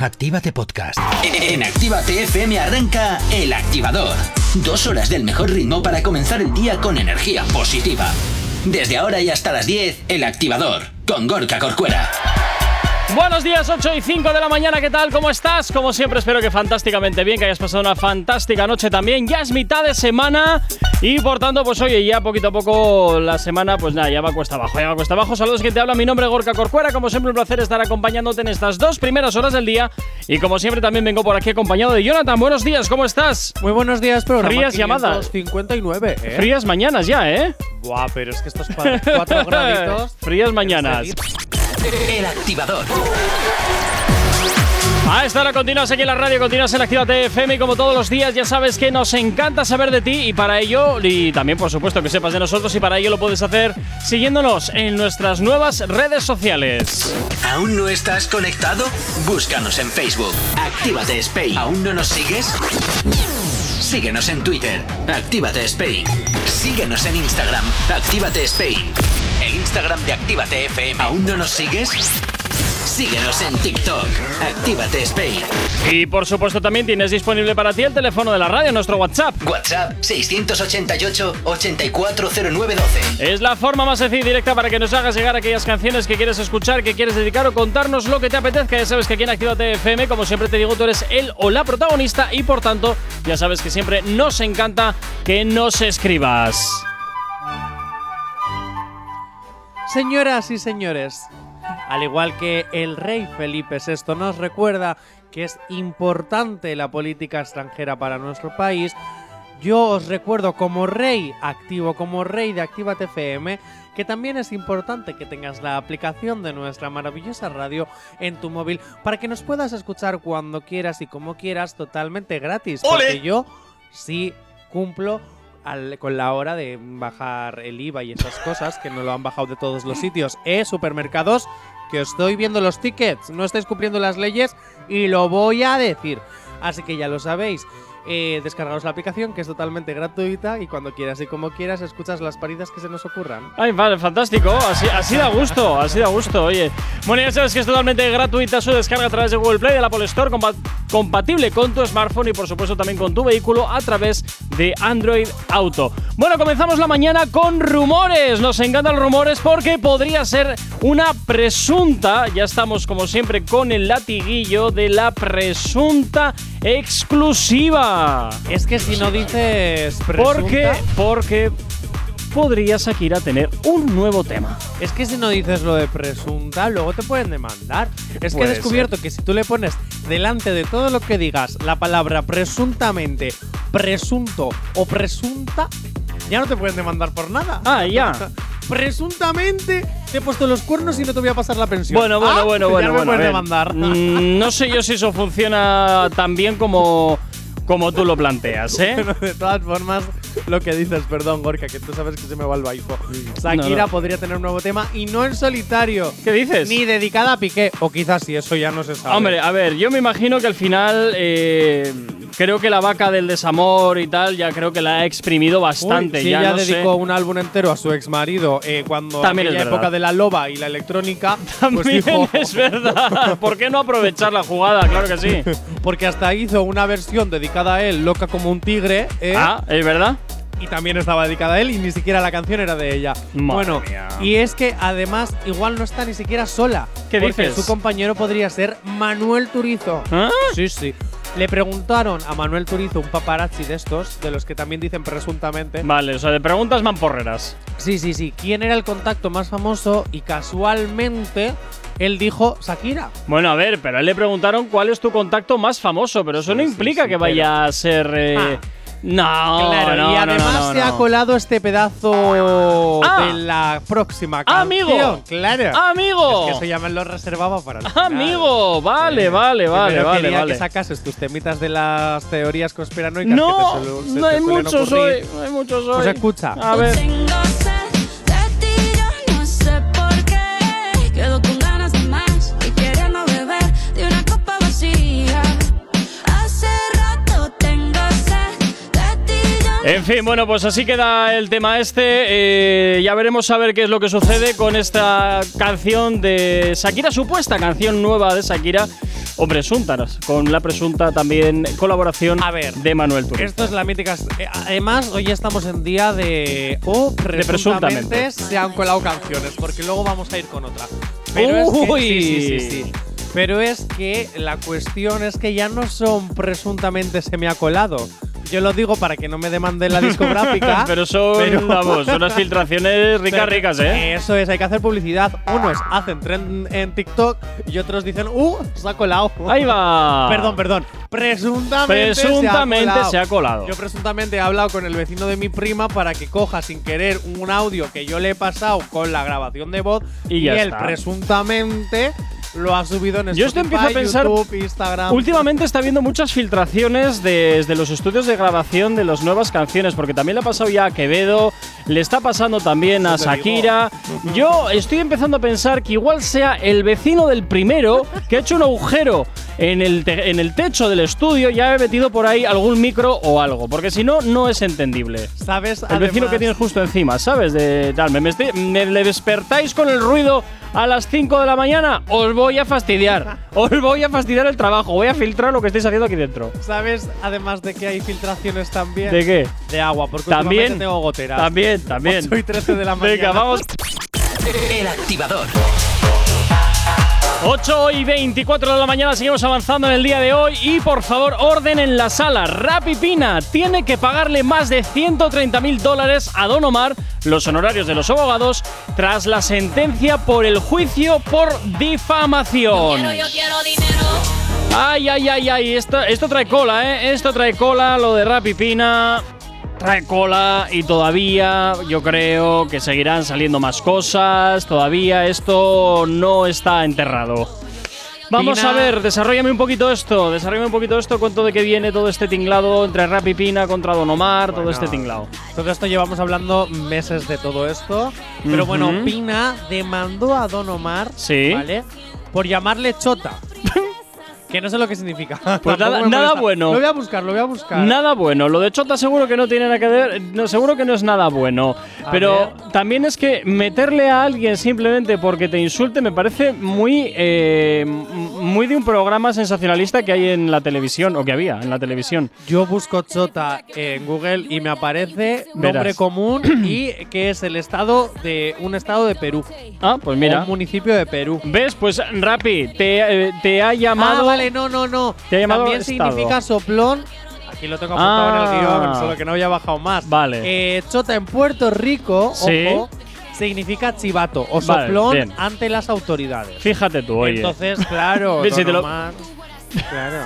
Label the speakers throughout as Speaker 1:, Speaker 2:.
Speaker 1: Actívate Podcast.
Speaker 2: En Actívate FM arranca El Activador. Dos horas del mejor ritmo para comenzar el día con energía positiva. Desde ahora y hasta las 10, El Activador, con Gorka Corcuera.
Speaker 3: Buenos días, 8 y 5 de la mañana, ¿qué tal? ¿Cómo estás? Como siempre, espero que fantásticamente bien, que hayas pasado una fantástica noche también. Ya es mitad de semana y por tanto, pues oye, ya poquito a poco la semana, pues nada, ya va cuesta abajo, ya va cuesta abajo. Saludos, que te habla, mi nombre es Gorka Corcuera. Como siempre, un placer estar acompañándote en estas dos primeras horas del día. Y como siempre, también vengo por aquí acompañado de Jonathan. Buenos días, ¿cómo estás?
Speaker 4: Muy buenos días, programa.
Speaker 3: Frías llamadas.
Speaker 4: 59, ¿eh?
Speaker 3: Frías mañanas ya, ¿eh?
Speaker 4: Buah, pero es que estos 4 graditos.
Speaker 3: Frías mañanas.
Speaker 2: El Activador.
Speaker 3: A esta hora continúas aquí en la radio, continúas en Actívate FM y como todos los días ya sabes que nos encanta saber de ti y para ello, y también por supuesto que sepas de nosotros y para ello lo puedes hacer siguiéndonos en nuestras nuevas redes sociales.
Speaker 2: ¿Aún no estás conectado? Búscanos en Facebook. Actívate Spain. ¿Aún no nos sigues? Síguenos en Twitter. Actívate Spain. Síguenos en Instagram. Actívate Spain. El Instagram de Actívate FM. ¿Aún no nos sigues? Síguenos en TikTok. Actívate Spain.
Speaker 3: Y por supuesto también tienes disponible para ti el teléfono de la radio, nuestro WhatsApp.
Speaker 2: WhatsApp 688 840912.
Speaker 3: Es la forma más sencilla y directa para que nos hagas llegar aquellas canciones que quieres escuchar, que quieres dedicar o contarnos lo que te apetezca. Ya sabes que aquí en Actívate FM, como siempre te digo, tú eres el o la protagonista y por tanto, ya sabes que siempre nos encanta que nos escribas.
Speaker 4: Señoras y señores, al igual que el rey Felipe VI nos recuerda que es importante la política extranjera para nuestro país, yo os recuerdo como rey activo, como rey de Actívate FM, que también es importante que tengas la aplicación de nuestra maravillosa radio en tu móvil para que nos puedas escuchar cuando quieras y como quieras totalmente gratis. Porque yo sí cumplo al- con la hora de bajar el IVA y esas cosas, que no lo han bajado de todos los sitios, ¿eh? Supermercados, que os estoy viendo los tickets, no estáis cumpliendo las leyes y lo voy a decir. Así que ya lo sabéis. Eh, descargaos la aplicación que es totalmente gratuita y cuando quieras y como quieras escuchas las paridas que se nos ocurran.
Speaker 3: Ay, vale, fantástico. Así, así da gusto, así da gusto, oye. Bueno, ya sabes que es totalmente gratuita su descarga a través de Google Play, de la Apple Store, compa- compatible con tu smartphone y por supuesto también con tu vehículo a través de Android Auto. Bueno, comenzamos la mañana con rumores. Nos encantan los rumores porque podría ser una presunta, ya estamos como siempre con el latiguillo de la presunta exclusiva.
Speaker 4: Es que si no dices presunta,
Speaker 3: Porque, porque podría Shakira tener un nuevo tema.
Speaker 4: es que si no dices lo de presunta, luego te pueden demandar. Es que
Speaker 3: Puede
Speaker 4: he descubierto que si tú le pones delante de todo lo que digas la palabra presuntamente, presunto o presunta, ya no te pueden demandar por nada.
Speaker 3: Ah, ya.
Speaker 4: Presuntamente te he puesto los cuernos y no te voy a pasar la pensión.
Speaker 3: Bueno, bueno,
Speaker 4: Ah,
Speaker 3: bueno,
Speaker 4: ya
Speaker 3: bueno.
Speaker 4: me
Speaker 3: bueno,
Speaker 4: puedes
Speaker 3: a ver.
Speaker 4: demandar.
Speaker 3: Mm, no sé yo si eso funciona tan bien como, como tú lo planteas, ¿eh?
Speaker 4: Pero de todas formas, lo que dices, perdón, Gorka, que tú sabes que se me va el baifo. Shakira
Speaker 3: No, no.
Speaker 4: podría tener un nuevo tema y no en solitario.
Speaker 3: ¿Qué dices?
Speaker 4: Ni dedicada a Piqué. O quizás sí, eso ya no se sabe.
Speaker 3: Hombre, a ver, yo me imagino que al final eh, creo que la vaca del desamor y tal ya creo que la ha exprimido
Speaker 4: Uy,
Speaker 3: bastante.
Speaker 4: si
Speaker 3: ya
Speaker 4: ella
Speaker 3: no sé. Pues
Speaker 4: dedicó un álbum entero a su ex marido eh, cuando
Speaker 3: También es
Speaker 4: aquella
Speaker 3: verdad.
Speaker 4: época de la loba y la electrónica, pues
Speaker 3: También
Speaker 4: dijo,
Speaker 3: es verdad. ¿Por qué no aprovechar la jugada? Claro que sí.
Speaker 4: porque hasta hizo una versión dedicada a él, loca como un tigre, ¿eh?
Speaker 3: Ah, ¿es verdad?
Speaker 4: y también estaba dedicada a él y ni siquiera la canción era de ella.
Speaker 3: Madre
Speaker 4: bueno,
Speaker 3: mía.
Speaker 4: y es que además igual no está ni siquiera sola.
Speaker 3: ¿Qué
Speaker 4: porque
Speaker 3: dices?
Speaker 4: Su compañero podría ser Manuel Turizo.
Speaker 3: ¿Ah?
Speaker 4: Sí, sí. Le preguntaron a Manuel Turizo, un paparazzi de estos, de los que también dicen presuntamente.
Speaker 3: Vale, o sea, de preguntas mamporreras.
Speaker 4: sí, sí, sí. ¿Quién era el contacto más famoso? Y casualmente él dijo Shakira.
Speaker 3: Bueno, a ver, pero a él le preguntaron cuál es tu contacto más famoso, pero eso no implica que vaya a ser. eh,
Speaker 4: Ah.
Speaker 3: No,
Speaker 4: claro,
Speaker 3: no,
Speaker 4: y
Speaker 3: no,
Speaker 4: además
Speaker 3: no, no,
Speaker 4: se ha
Speaker 3: no.
Speaker 4: colado este pedazo
Speaker 3: Ah.
Speaker 4: de la próxima
Speaker 3: Ah,
Speaker 4: canción.
Speaker 3: ¡Amigo!
Speaker 4: Claro. Es
Speaker 3: ¡Amigo!
Speaker 4: que eso ya me lo reservaba para el final.
Speaker 3: ¡Amigo! Vale,
Speaker 4: Eh,
Speaker 3: vale,
Speaker 4: primero
Speaker 3: vale, vale,
Speaker 4: quería
Speaker 3: vale.
Speaker 4: que sacases tus temitas de las teorías conspiranoicas
Speaker 3: No,
Speaker 4: que te suelu- se
Speaker 3: no
Speaker 4: te
Speaker 3: hay
Speaker 4: suelen
Speaker 3: muchos hoy,
Speaker 4: ocurrir.
Speaker 3: no hay muchos hoy.
Speaker 4: Pues escucha.
Speaker 3: A ver.
Speaker 5: Tengo sed de ti, yo no sé por qué. Quedo con ganas de más y queriendo beber de una copa vacía. Hace rato tengo sed de ti, yo no
Speaker 3: En fin, bueno, pues así queda el tema este. Eh, ya veremos a ver qué es lo que sucede con esta canción de Shakira, supuesta canción nueva de Shakira o presunta, ¿no? con la presunta también colaboración
Speaker 4: A ver,
Speaker 3: de Manuel Turizo.
Speaker 4: Esto es la mítica. eh, Además, hoy estamos en día de. O
Speaker 3: presuntamente.
Speaker 4: presuntamente se han colado canciones, porque luego vamos a ir con otra. Pero es que,
Speaker 3: Uy.
Speaker 4: sí, sí, sí, sí. Pero es que la cuestión es que ya no son presuntamente se me ha colado. Yo lo digo para que no me demande la discográfica.
Speaker 3: Pero son,
Speaker 4: pero-
Speaker 3: vamos, son unas filtraciones ricas,
Speaker 4: pero-
Speaker 3: ricas, ¿eh?
Speaker 4: Eso es, hay que hacer publicidad. Unos hacen tren en TikTok y otros dicen, ¡uh! Se ha colado.
Speaker 3: Ahí va.
Speaker 4: Perdón, perdón. Presuntamente,
Speaker 3: Ah. Presuntamente
Speaker 4: se ha colado.
Speaker 3: se ha colado.
Speaker 4: Yo presuntamente he hablado con el vecino de mi prima para que coja sin querer un audio que yo le he pasado con la grabación de voz
Speaker 3: Y ya
Speaker 4: él
Speaker 3: está.
Speaker 4: presuntamente lo ha subido en
Speaker 3: Yo esto
Speaker 4: Spotify,
Speaker 3: empiezo a pensar-
Speaker 4: YouTube, Instagram.
Speaker 3: Últimamente está habiendo muchas filtraciones desde los estudios de grabación de las nuevas canciones, porque también le ha pasado ya a Quevedo, le está pasando también a
Speaker 4: Eso te digo.
Speaker 3: Shakira. Yo estoy empezando a pensar que igual sea el vecino del primero que ha hecho un agujero en el, te- en el techo del estudio y ha metido por ahí algún micro o algo, porque si no, no es entendible.
Speaker 4: ¿Sabes?
Speaker 3: El vecino que tienes justo encima, ¿sabes? De tal, me, me estoy- me- le despertáis con el ruido a las 5 de la mañana, os voy a fastidiar. os voy a fastidiar el trabajo, voy a filtrar lo que estáis haciendo aquí dentro.
Speaker 4: ¿Sabes? Además de que hay filtraciones también.
Speaker 3: ¿De qué?
Speaker 4: De agua, porque
Speaker 3: También.
Speaker 4: últimamente tengo goteras.
Speaker 3: También, también.
Speaker 4: 8 y 13 de la mañana.
Speaker 3: Venga, vamos.
Speaker 2: El activador.
Speaker 3: 8 y 24 de la mañana, seguimos avanzando en el día de hoy y por favor orden en la sala. Rapipina tiene que pagarle más de 130 mil dólares a Don Omar, los honorarios de los abogados, tras la sentencia por el juicio por difamación.
Speaker 5: quiero dinero.
Speaker 3: Ay, ay, ay, ay, esto, esto trae cola, ¿eh? Esto trae cola, lo de Rapipina trae cola y todavía yo creo que seguirán saliendo más cosas, todavía esto no está enterrado. Vamos
Speaker 4: Pina.
Speaker 3: a ver, desarrollame un poquito esto, desarrollame un poquito esto, cuento de qué viene todo este tinglado entre Rapipina contra Don Omar, todo
Speaker 4: Bueno,
Speaker 3: este tinglado.
Speaker 4: Todo esto llevamos hablando meses de todo esto. Pero bueno,
Speaker 3: Ujú.
Speaker 4: Pina demandó a Don Omar,
Speaker 3: Sí.
Speaker 4: ¿vale? Por llamarle chota. que no sé lo que significa. Tampoco
Speaker 3: Pues nada-
Speaker 4: me
Speaker 3: nada
Speaker 4: molesta.
Speaker 3: bueno.
Speaker 4: Lo voy a buscar, lo voy a buscar.
Speaker 3: Nada bueno. Lo de Chota seguro que no tiene nada que ver. no, seguro que no es nada bueno.
Speaker 4: A
Speaker 3: Pero
Speaker 4: ver.
Speaker 3: también es que meterle a alguien simplemente porque te insulte me parece muy, eh, m- muy de un programa sensacionalista que hay en la televisión o que había en la televisión.
Speaker 4: Yo busco chota en Google y me aparece nombre
Speaker 3: Verás.
Speaker 4: común y que es el estado de un estado de Perú.
Speaker 3: Ah, pues
Speaker 4: O
Speaker 3: mira.
Speaker 4: Un municipio de Perú.
Speaker 3: ¿Ves? Pues Rappi, te, eh, te ha llamado.
Speaker 4: Ah, vale, no, no, no.
Speaker 3: Te ha llamado
Speaker 4: También
Speaker 3: estado.
Speaker 4: significa soplón. Aquí lo tengo apuntado en el
Speaker 3: Ah.
Speaker 4: guión, solo que no había bajado más.
Speaker 3: Vale.
Speaker 4: Eh, chota en Puerto Rico,
Speaker 3: Sí.
Speaker 4: ojo, significa chivato o
Speaker 3: Vale,
Speaker 4: soplón
Speaker 3: bien.
Speaker 4: ante las autoridades.
Speaker 3: Fíjate tú, oye.
Speaker 4: Entonces, claro,
Speaker 3: Bien, si
Speaker 4: Don
Speaker 3: te lo-
Speaker 4: Omar, claro.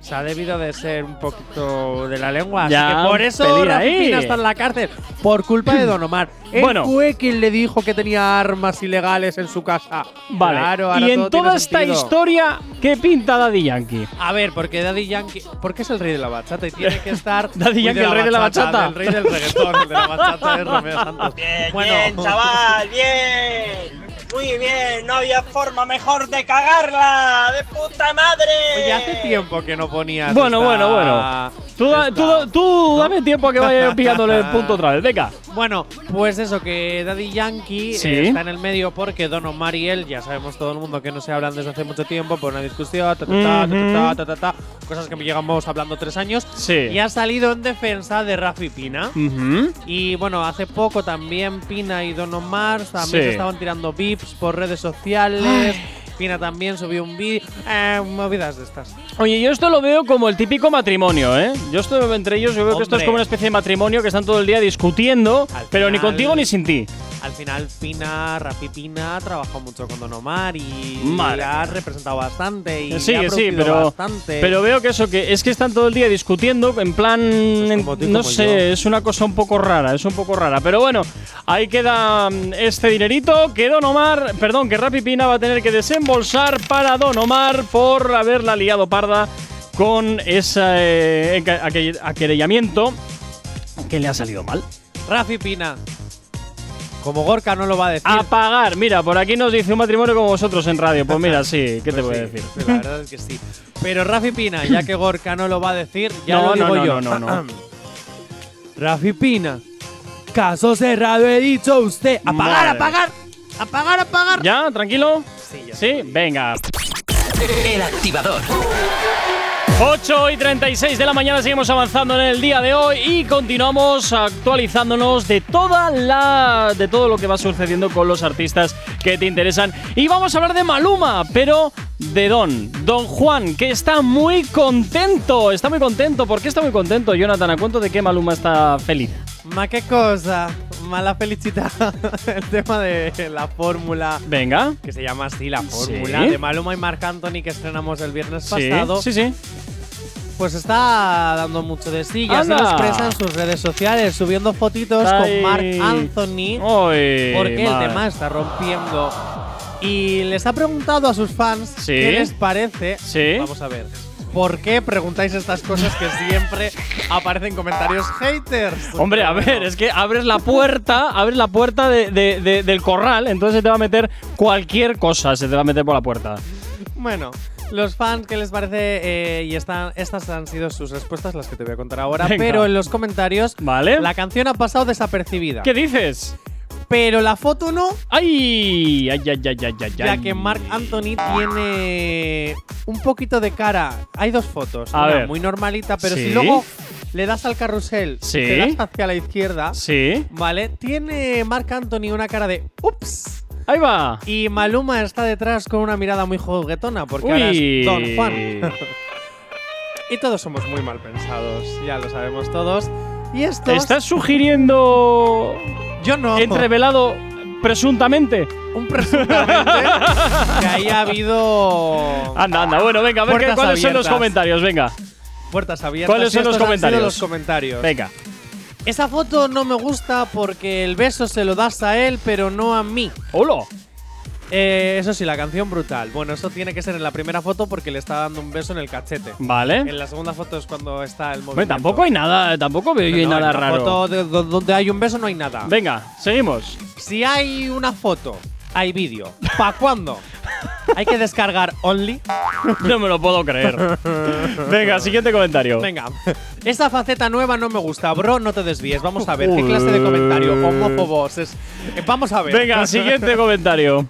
Speaker 4: Se ha debido de ser un poquito de la lengua.
Speaker 3: Ya,
Speaker 4: así que por
Speaker 3: un
Speaker 4: eso
Speaker 3: pelín
Speaker 4: Rafa
Speaker 3: ahí.
Speaker 4: Pina está en la cárcel. Por culpa de Don Omar. Él
Speaker 3: Bueno.
Speaker 4: fue quien le dijo que tenía armas ilegales en su casa.
Speaker 3: Vale.
Speaker 4: Claro, ahora
Speaker 3: y en
Speaker 4: todo tiene
Speaker 3: toda esta
Speaker 4: sentido.
Speaker 3: historia, ¿qué pinta Daddy Yankee?
Speaker 4: A ver, porque Daddy Yankee. Porque es el rey de la bachata y tiene que estar.
Speaker 3: Daddy
Speaker 4: muy
Speaker 3: Yankee, el rey de la bachata.
Speaker 4: El rey del reggaetón, el de la bachata es Romeo Santos. bueno,
Speaker 1: Bien, chaval, bien. Muy bien, no había forma mejor de cagarla. ¡De puta madre!
Speaker 4: Oye, hace tiempo que no ponías.
Speaker 3: Bueno,
Speaker 4: esta-
Speaker 3: bueno, bueno. Tú, da- tú,
Speaker 4: esta-
Speaker 3: tú dame tiempo a que vaya pillándole el punto otra vez. Venga.
Speaker 4: Bueno, pues eso, que Daddy Yankee
Speaker 3: Sí.
Speaker 4: eh, está en el medio porque Don Omar y él, ya sabemos todo el mundo que no se hablan desde hace mucho tiempo por una discusión, ta, ta, ta, ta, ta, ta, ta, ta, cosas que llegamos hablando tres años.
Speaker 3: Sí.
Speaker 4: Y ha salido en defensa de Rafi Pina.
Speaker 3: Ujú.
Speaker 4: Y bueno, hace poco también Pina y Don Omar también
Speaker 3: Sí.
Speaker 4: se estaban tirando vips por redes sociales. Pina también subió un vídeo. Eh, movidas de estas.
Speaker 3: Oye, yo esto lo veo como el típico matrimonio, ¿eh? Yo esto entre ellos, yo veo que esto es
Speaker 4: Hombre.
Speaker 3: como una especie de matrimonio que están todo el día discutiendo,
Speaker 4: Al
Speaker 3: pero ni
Speaker 4: final-
Speaker 3: contigo ni sin ti.
Speaker 4: Al final, Pina, Rafi Pina, trabajó mucho con Don Omar y
Speaker 3: Madre
Speaker 4: la ha representado bastante. Y
Speaker 3: Sí,
Speaker 4: le ha
Speaker 3: que sí,
Speaker 4: producido
Speaker 3: pero,
Speaker 4: bastante.
Speaker 3: pero veo que eso, que es que están todo el día discutiendo, en plan, en-
Speaker 4: como tú y
Speaker 3: no
Speaker 4: como
Speaker 3: sé,
Speaker 4: yo.
Speaker 3: es una cosa un poco rara, es un poco rara. Pero bueno, ahí queda mm, este dinerito que Don Omar, perdón, que Rappi Pina va a tener que desembolsar para Don Omar por haberla liado parda con ese eh, enca- aquel- aquerellamiento que le ha salido mal.
Speaker 4: Rafi Pina. Como Gorka no lo va a decir.
Speaker 3: A pagar, mira, por aquí nos dice un matrimonio como vosotros en radio. Pues mira, sí, ¿qué te
Speaker 4: pues
Speaker 3: voy a
Speaker 4: sí,
Speaker 3: decir?
Speaker 4: sí, La verdad es que sí. Pero Rafi Pina, ya que Gorka no lo va a decir, ya
Speaker 3: No,
Speaker 4: lo digo
Speaker 3: no, no,
Speaker 4: yo.
Speaker 3: no, no.
Speaker 4: Rafi Pina. Caso cerrado, he dicho usted. ¡Apagar,
Speaker 3: Madre.
Speaker 4: apagar! ¡Apagar, apagar!
Speaker 3: ¿Ya? ¿Tranquilo? Sí, venga.
Speaker 2: El activador.
Speaker 3: 8 y 36 de la mañana seguimos avanzando en el día de hoy y continuamos actualizándonos de toda la de todo lo que va sucediendo con los artistas que te interesan y vamos a hablar de Maluma, pero de Don, Don Juan, que está muy contento, está muy contento, ¿por qué está muy contento, Jonathan? ¿A cuento de que Maluma está feliz?
Speaker 4: Ma qué cosa, mala felicidad. El tema de la fórmula,
Speaker 3: Venga.
Speaker 4: que se llama así la fórmula,
Speaker 3: Sí.
Speaker 4: de Maluma y Marc Anthony que estrenamos el viernes
Speaker 3: Sí,
Speaker 4: pasado.
Speaker 3: sí, sí.
Speaker 4: Pues está dando mucho de sí, ya se lo
Speaker 3: Anda.
Speaker 4: expresa en sus redes sociales, subiendo fotitos
Speaker 3: Ay. Oh,
Speaker 4: con Marc Anthony,
Speaker 3: Ay,
Speaker 4: porque el
Speaker 3: Eh, madre.
Speaker 4: tema está rompiendo. Y les ha preguntado a sus fans
Speaker 3: Sí.
Speaker 4: qué les parece.
Speaker 3: Sí.
Speaker 4: Vamos a ver. ¿Por qué preguntáis estas cosas que siempre aparecen comentarios haters?
Speaker 3: Hombre, a ver, es que abres la puerta, abres la puerta de- de- de- del corral, entonces se te va a meter cualquier cosa, se te va a meter por la puerta.
Speaker 4: Bueno, los fans, ¿qué les parece? Eh, y están, estas han sido sus respuestas, las que te voy a contar ahora.
Speaker 3: Venga.
Speaker 4: Pero en los comentarios,
Speaker 3: Vale.
Speaker 4: la canción ha pasado desapercibida.
Speaker 3: ¿Qué dices?
Speaker 4: Pero la foto no,
Speaker 3: ¡Ay! ¡Ay, ay, ay, ay, ay!
Speaker 4: ya
Speaker 3: ay.
Speaker 4: que Mark Anthony tiene un poquito de cara. Hay dos fotos,
Speaker 3: A
Speaker 4: una
Speaker 3: ver.
Speaker 4: muy normalita, pero
Speaker 3: Sí.
Speaker 4: si luego le das al carrusel,
Speaker 3: Sí.
Speaker 4: te das hacia la izquierda,
Speaker 3: Sí.
Speaker 4: ¿vale? Tiene Mark Anthony una cara de ups.
Speaker 3: Ahí va.
Speaker 4: Y Maluma está detrás con una mirada muy juguetona, porque ahora
Speaker 3: Uy.
Speaker 4: es Don Juan. Y todos somos muy mal pensados, ya lo sabemos todos. Y esto.
Speaker 3: ¿Estás sugiriendo
Speaker 4: Yo no.
Speaker 3: entrevelado presuntamente?
Speaker 4: un presuntamente que ahí ha habido
Speaker 3: Anda, anda. Bueno, venga, a ver
Speaker 4: Puertas
Speaker 3: qué- cuáles son los
Speaker 4: abiertas.
Speaker 3: comentarios. Venga,
Speaker 4: puertas abiertas.
Speaker 3: ¿Cuáles son
Speaker 4: Y
Speaker 3: los
Speaker 4: estos han sido
Speaker 3: comentarios?
Speaker 4: los comentarios.
Speaker 3: venga.
Speaker 4: Esa foto no me gusta porque el beso se lo das a él, pero no a mí.
Speaker 3: ¡Hola!
Speaker 4: Eh, eso sí, la canción brutal. Bueno, eso tiene que ser en la primera foto porque le está dando un beso en el cachete.
Speaker 3: Vale.
Speaker 4: En la segunda foto es cuando está el movimiento.
Speaker 3: Hombre, tampoco hay nada, tampoco veo yo
Speaker 4: No,
Speaker 3: nada
Speaker 4: en la
Speaker 3: raro.
Speaker 4: foto de- do- donde hay un beso no hay nada.
Speaker 3: Venga, seguimos.
Speaker 4: Si hay una foto, hay vídeo. ¿Pa cuándo? hay que descargar Only.
Speaker 3: No me lo puedo creer. Venga, siguiente comentario.
Speaker 4: Venga. Esa faceta nueva no me gusta, bro. No te desvíes. Vamos a ver. ¿Qué
Speaker 3: Joder.
Speaker 4: clase de comentario? Homófobos. Es- eh, Vamos a ver.
Speaker 3: Venga, siguiente comentario.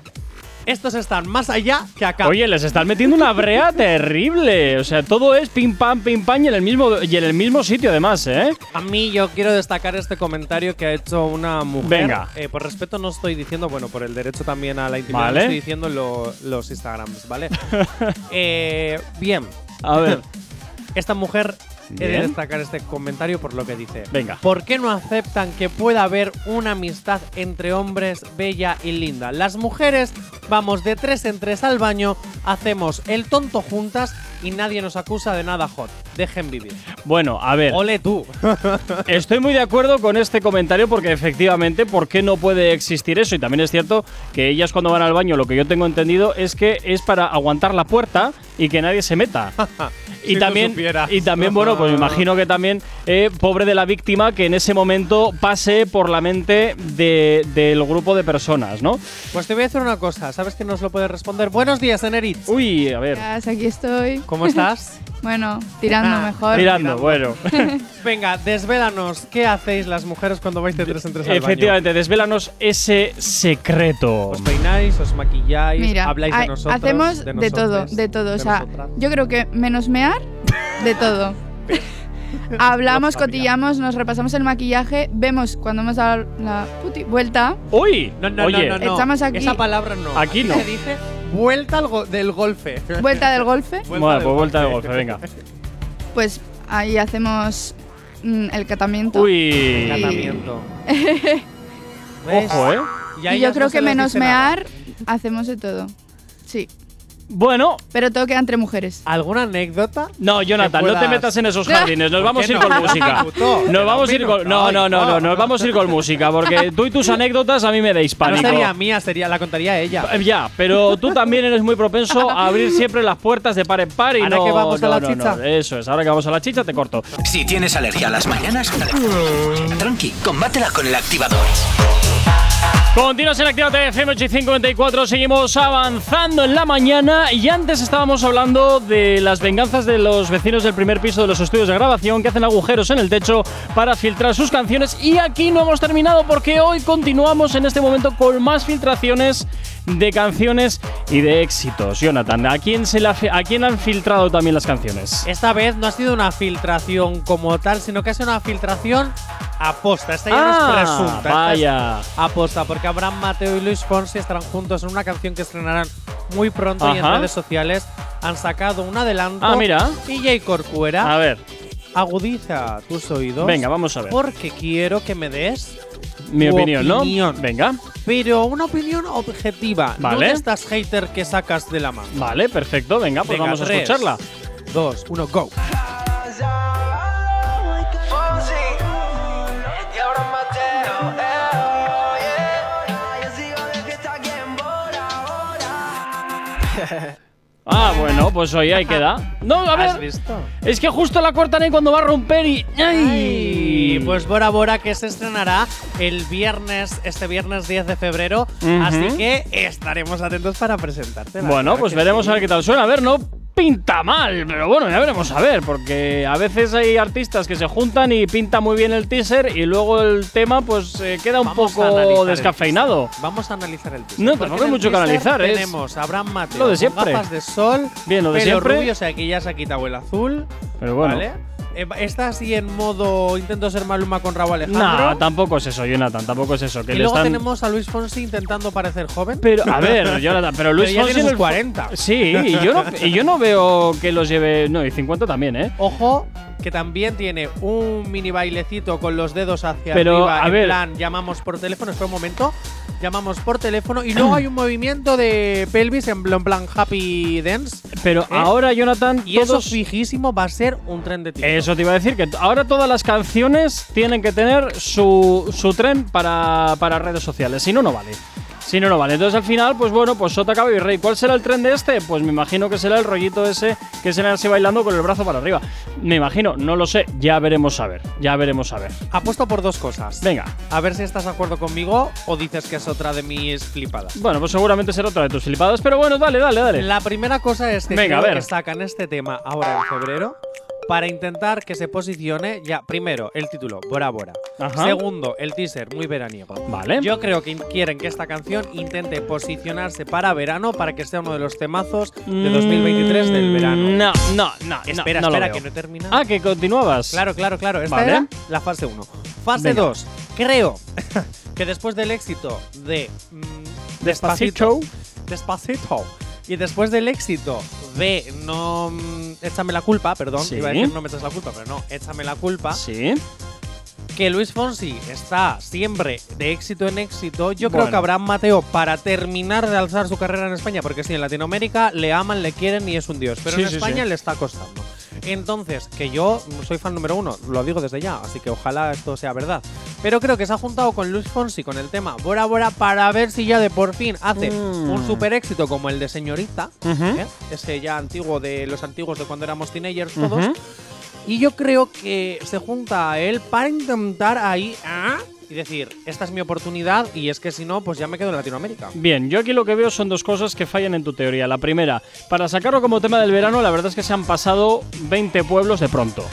Speaker 4: Estos están más allá que acá.
Speaker 3: Oye, les están metiendo una brea terrible. O sea, todo es pim pam, pim pam y en el mismo, y en el mismo sitio además, ¿eh?
Speaker 4: A mí yo quiero destacar este comentario que ha hecho una mujer.
Speaker 3: Venga.
Speaker 4: Eh, por respeto no estoy diciendo, bueno, por el derecho también a la intimidad,
Speaker 3: Vale.
Speaker 4: no estoy diciendo lo- los Instagrams, ¿vale? Eh, bien.
Speaker 3: A ver.
Speaker 4: Esta mujer he de
Speaker 3: Bien.
Speaker 4: destacar este comentario por lo que dice.
Speaker 3: Venga.
Speaker 4: ¿Por qué no aceptan que pueda haber una amistad entre hombres bella y linda? Las mujeres vamos de tres en tres al baño, hacemos el tonto juntas y nadie nos acusa de nada hot. Dejen vivir.
Speaker 3: Bueno, a ver.
Speaker 4: Ole tú.
Speaker 3: Estoy muy de acuerdo con este comentario porque efectivamente, ¿por qué no puede existir eso? Y también es cierto que ellas cuando van al baño, lo que yo tengo entendido es que es para aguantar la puerta y que nadie se meta.
Speaker 4: Si
Speaker 3: y
Speaker 4: tú
Speaker 3: también,
Speaker 4: supieras.
Speaker 3: y también, bueno, pues me imagino que también eh, pobre de la víctima que en ese momento pase por la mente de- del grupo de personas, ¿no?
Speaker 4: Pues te voy a decir una cosa, ¿sabes que nos lo puedes responder? Buenos días, Enerit.
Speaker 3: Uy, a ver,
Speaker 6: Chicas, aquí estoy.
Speaker 4: ¿Cómo estás?
Speaker 6: Bueno, tirando
Speaker 4: Ah,
Speaker 6: mejor.
Speaker 3: tirando, bueno.
Speaker 4: Venga, desvélanos, ¿qué hacéis las mujeres cuando vais de tres en tres al baño?
Speaker 3: Efectivamente, desvélanos ese secreto.
Speaker 4: ¿Os peináis, os maquilláis,
Speaker 6: Mira,
Speaker 4: habláis
Speaker 6: hay-
Speaker 4: de nosotros?
Speaker 6: hacemos de, todo,
Speaker 4: nosotres,
Speaker 6: de todo. O sea,
Speaker 4: nosotras?
Speaker 6: yo creo que menos mear, de todo. Hablamos,
Speaker 4: No sabía.
Speaker 6: cotillamos, nos repasamos el maquillaje, vemos cuando hemos dado la puti vuelta.
Speaker 3: Uy,
Speaker 4: No, no,
Speaker 3: oye,
Speaker 4: no, no, no.
Speaker 6: Estamos aquí-
Speaker 4: Esa palabra no.
Speaker 3: Aquí no.
Speaker 4: Se dice vuelta al go- del golfe.
Speaker 6: Vuelta del golfe,
Speaker 3: Bueno, pues vuelta de golpe, venga.
Speaker 6: pues ahí hacemos mm, el catamiento.
Speaker 3: Uy.
Speaker 4: Encantamiento. ¿Ves?
Speaker 3: Ojo, ¿eh?
Speaker 4: Y a
Speaker 6: y yo
Speaker 4: ellas
Speaker 6: creo
Speaker 4: no se
Speaker 6: que
Speaker 4: les
Speaker 6: menos
Speaker 4: dice nada.
Speaker 6: mear hacemos de todo. Sí,
Speaker 3: Bueno,
Speaker 6: pero todo queda entre mujeres.
Speaker 4: ¿Alguna anécdota?
Speaker 3: no, Jonathan, no te
Speaker 4: puedas.
Speaker 3: metas en esos jardines. Nos
Speaker 4: ¿Por
Speaker 3: vamos a
Speaker 4: qué
Speaker 3: ir
Speaker 4: no?
Speaker 3: con música.
Speaker 4: Puto, que
Speaker 3: Nos vamos a ir
Speaker 4: opino.
Speaker 3: con. No,
Speaker 4: Ay,
Speaker 3: no, no, no.
Speaker 4: no.
Speaker 3: Nos vamos a ir con música. Porque tú y tus anécdotas a mí me dais
Speaker 4: No
Speaker 3: pánico.
Speaker 4: sería mía, sería, la contaría ella.
Speaker 3: Eh, Ya, pero tú también eres muy propenso a abrir siempre las puertas de par en par y
Speaker 4: Ahora
Speaker 3: no.
Speaker 4: que vamos a
Speaker 3: no,
Speaker 4: la
Speaker 3: no, no.
Speaker 4: chicha.
Speaker 3: Eso es, ahora que vamos a la chicha te corto.
Speaker 2: Si tienes alergia a las mañanas, tranqui, combátela con el activador.
Speaker 3: Continuas en Actívate FM 854, seguimos avanzando en la mañana y antes estábamos hablando de las venganzas de los vecinos del primer piso de los estudios de grabación que hacen agujeros en el techo para filtrar sus canciones y aquí no hemos terminado porque hoy continuamos en este momento con más filtraciones de canciones y de éxitos. Jonathan, ¿a quién, se la fi- ¿a quién han filtrado también las canciones?
Speaker 4: Esta vez no ha sido una filtración como tal, sino que ha sido una filtración aposta. Esta ya no es
Speaker 3: Ah,
Speaker 4: presunta. esta es
Speaker 3: vaya.
Speaker 4: aposta, porque Abraham Mateo y Luis Fonsi estarán juntos en una canción que estrenarán muy pronto y en
Speaker 3: Ajá.
Speaker 4: redes sociales han sacado un adelanto.
Speaker 3: Ah, mira.
Speaker 4: Y Jay Corcuera
Speaker 3: A ver,
Speaker 4: agudiza tus oídos.
Speaker 3: venga, vamos a ver.
Speaker 4: Porque quiero que me des
Speaker 3: Mi
Speaker 4: tu
Speaker 3: opinión, ¿no?
Speaker 4: opinión.
Speaker 3: Venga.
Speaker 4: pero una opinión objetiva. No
Speaker 3: Vale.
Speaker 4: de estas hater que sacas de la mano.
Speaker 3: Vale, perfecto, venga, pues
Speaker 4: Venga,
Speaker 3: vamos a
Speaker 4: tres,
Speaker 3: escucharla.
Speaker 4: Dos, uno, go.
Speaker 3: Ah, bueno, pues hoy ahí queda. No, a
Speaker 4: ¿Has
Speaker 3: ver,
Speaker 4: visto?
Speaker 3: es que justo la cortan ahí cuando va a romper y. ¡Ay!
Speaker 4: Y pues Bora Bora que se estrenará el viernes, este viernes 10 de febrero.
Speaker 3: Ujú.
Speaker 4: Así que estaremos atentos para presentarte.
Speaker 3: Bueno, pues veremos a ver qué tal suena. A ver, no pinta mal, pero bueno, ya veremos a ver, porque a veces hay artistas que se juntan y pinta muy bien el teaser y luego el tema pues eh, queda un poco descafeinado.
Speaker 4: Vamos a analizar el teaser.
Speaker 3: No,
Speaker 4: Porque
Speaker 3: tampoco
Speaker 4: en
Speaker 3: hay
Speaker 4: el
Speaker 3: mucho que
Speaker 4: teaser
Speaker 3: analizar, es
Speaker 4: Tenemos a Abraham Mateo
Speaker 3: lo de
Speaker 4: con
Speaker 3: siempre.
Speaker 4: gafas de sol.
Speaker 3: Bien, lo de
Speaker 4: pelo
Speaker 3: siempre.
Speaker 4: rubio, o sea que ya se ha quitado el azul.
Speaker 3: Pero bueno.
Speaker 4: ¿Vale? Eh, Está así en modo intento ser Maluma con Raúl Alejandro.
Speaker 3: No, tampoco es eso, Jonathan, tampoco es eso. Que
Speaker 4: y
Speaker 3: le
Speaker 4: luego
Speaker 3: están...
Speaker 4: tenemos a Luis Fonsi intentando parecer joven.
Speaker 3: Pero, a ver, Jonathan, pero Luis
Speaker 4: Pero ya
Speaker 3: Fonsi
Speaker 4: tiene
Speaker 3: en
Speaker 4: sus
Speaker 3: el fu-
Speaker 4: 40.
Speaker 3: Sí, y yo, no, y yo no veo que los lleve. No, y 50 también, ¿eh?
Speaker 4: Ojo, que también tiene un mini bailecito con los dedos hacia
Speaker 3: Pero,
Speaker 4: arriba.
Speaker 3: a
Speaker 4: en
Speaker 3: ver.
Speaker 4: plan, llamamos por teléfono. Espera un momento. Llamamos por teléfono. Y luego hay un movimiento de pelvis en plan, en plan happy dance.
Speaker 3: Pero ahora, Jonathan,
Speaker 4: ¿Eh? Y eso
Speaker 3: todos.
Speaker 4: fijísimo va a ser un tren de TikTok.
Speaker 3: Eso te iba a decir, que t- ahora todas las canciones tienen que tener su, su tren para, para redes sociales. Si no, no vale. Si no, no vale. Entonces al final, pues bueno, pues Sota Caballo y Rey. ¿Cuál será el tren de este? Pues me imagino que será el rollito ese que será así bailando con el brazo para arriba. Me imagino, no lo sé. Ya veremos a ver. Ya veremos a ver.
Speaker 4: Apuesto por dos cosas.
Speaker 3: Venga.
Speaker 4: A ver si estás de acuerdo conmigo o dices que es otra de mis flipadas.
Speaker 3: Bueno, pues seguramente será otra de tus flipadas, pero bueno, dale, dale, dale.
Speaker 4: La primera cosa es que
Speaker 3: Este. Venga, a
Speaker 4: creo
Speaker 3: ver.
Speaker 4: que sacan este tema ahora en febrero para intentar que se posicione ya, primero, el título, Bora Bora.
Speaker 3: Ajá.
Speaker 4: Segundo, el teaser, muy veraniego.
Speaker 3: Vale.
Speaker 4: Yo creo que quieren que esta canción intente posicionarse para verano para que sea uno de los temazos de 2023 del verano.
Speaker 3: Mm, No, no, no.
Speaker 4: Espera,
Speaker 3: no lo
Speaker 4: espera,
Speaker 3: veo.
Speaker 4: que no he terminado.
Speaker 3: Ah, que continuabas.
Speaker 4: Claro, claro, claro. Esta
Speaker 3: Vale.
Speaker 4: era la fase 1. Fase
Speaker 3: Venga.
Speaker 4: 2. Creo que después del éxito de mm,
Speaker 3: Despacito.
Speaker 4: Despacito. Y después del éxito de No mm, Échame la culpa, perdón,
Speaker 3: Sí.
Speaker 4: iba a decir No me echas la culpa, pero no, Échame la culpa,
Speaker 3: Sí.
Speaker 4: que Luis Fonsi está siempre de éxito en éxito, yo creo
Speaker 3: Bueno.
Speaker 4: que Abraham Mateo, para terminar de alzar su carrera en España, porque sí, en Latinoamérica le aman, le quieren y es un dios, pero
Speaker 3: Sí,
Speaker 4: en
Speaker 3: sí,
Speaker 4: España
Speaker 3: sí.
Speaker 4: le está costando. Entonces, que yo soy fan número uno, lo digo desde ya, así que ojalá esto sea verdad. Pero creo que se ha juntado con Luis Fonsi con el tema Bora Bora para ver si ya de por fin hace
Speaker 3: Mm.
Speaker 4: un super éxito como el de Señorita,
Speaker 3: Ujú.
Speaker 4: ¿eh? ese ya antiguo de los antiguos de cuando éramos teenagers todos.
Speaker 3: Ujú.
Speaker 4: Y yo creo que se junta a él para intentar ahí ah, y decir, esta es mi oportunidad y es que si no, pues ya me quedo en Latinoamérica.
Speaker 3: Bien, yo aquí lo que veo son dos cosas que fallan en tu teoría. La primera, para sacarlo como tema del verano, la verdad es que se han pasado 20 pueblos de pronto.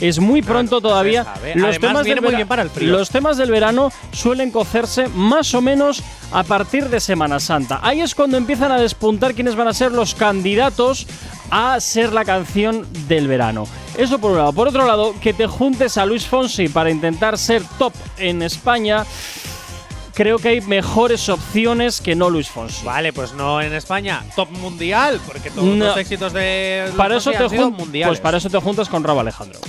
Speaker 3: Es muy pronto todavía.
Speaker 4: sabe. Además, viene muy
Speaker 3: vera-
Speaker 4: bien para el frío.
Speaker 3: los temas del verano suelen cocerse más o menos a partir de Semana Santa. Ahí es cuando empiezan a despuntar quiénes van a ser los candidatos a ser la canción del verano. Eso por un lado. Por otro lado, que te juntes a Luis Fonsi para intentar ser top en España, creo que hay mejores opciones que no Luis Fonsi.
Speaker 4: Vale, pues no en España, top mundial, porque todos
Speaker 3: No.
Speaker 4: los éxitos de Luis
Speaker 3: Para eso,
Speaker 4: Fonsi
Speaker 3: te
Speaker 4: han sido
Speaker 3: jun-
Speaker 4: mundiales.
Speaker 3: pues para eso te juntas con Rabo Alejandro.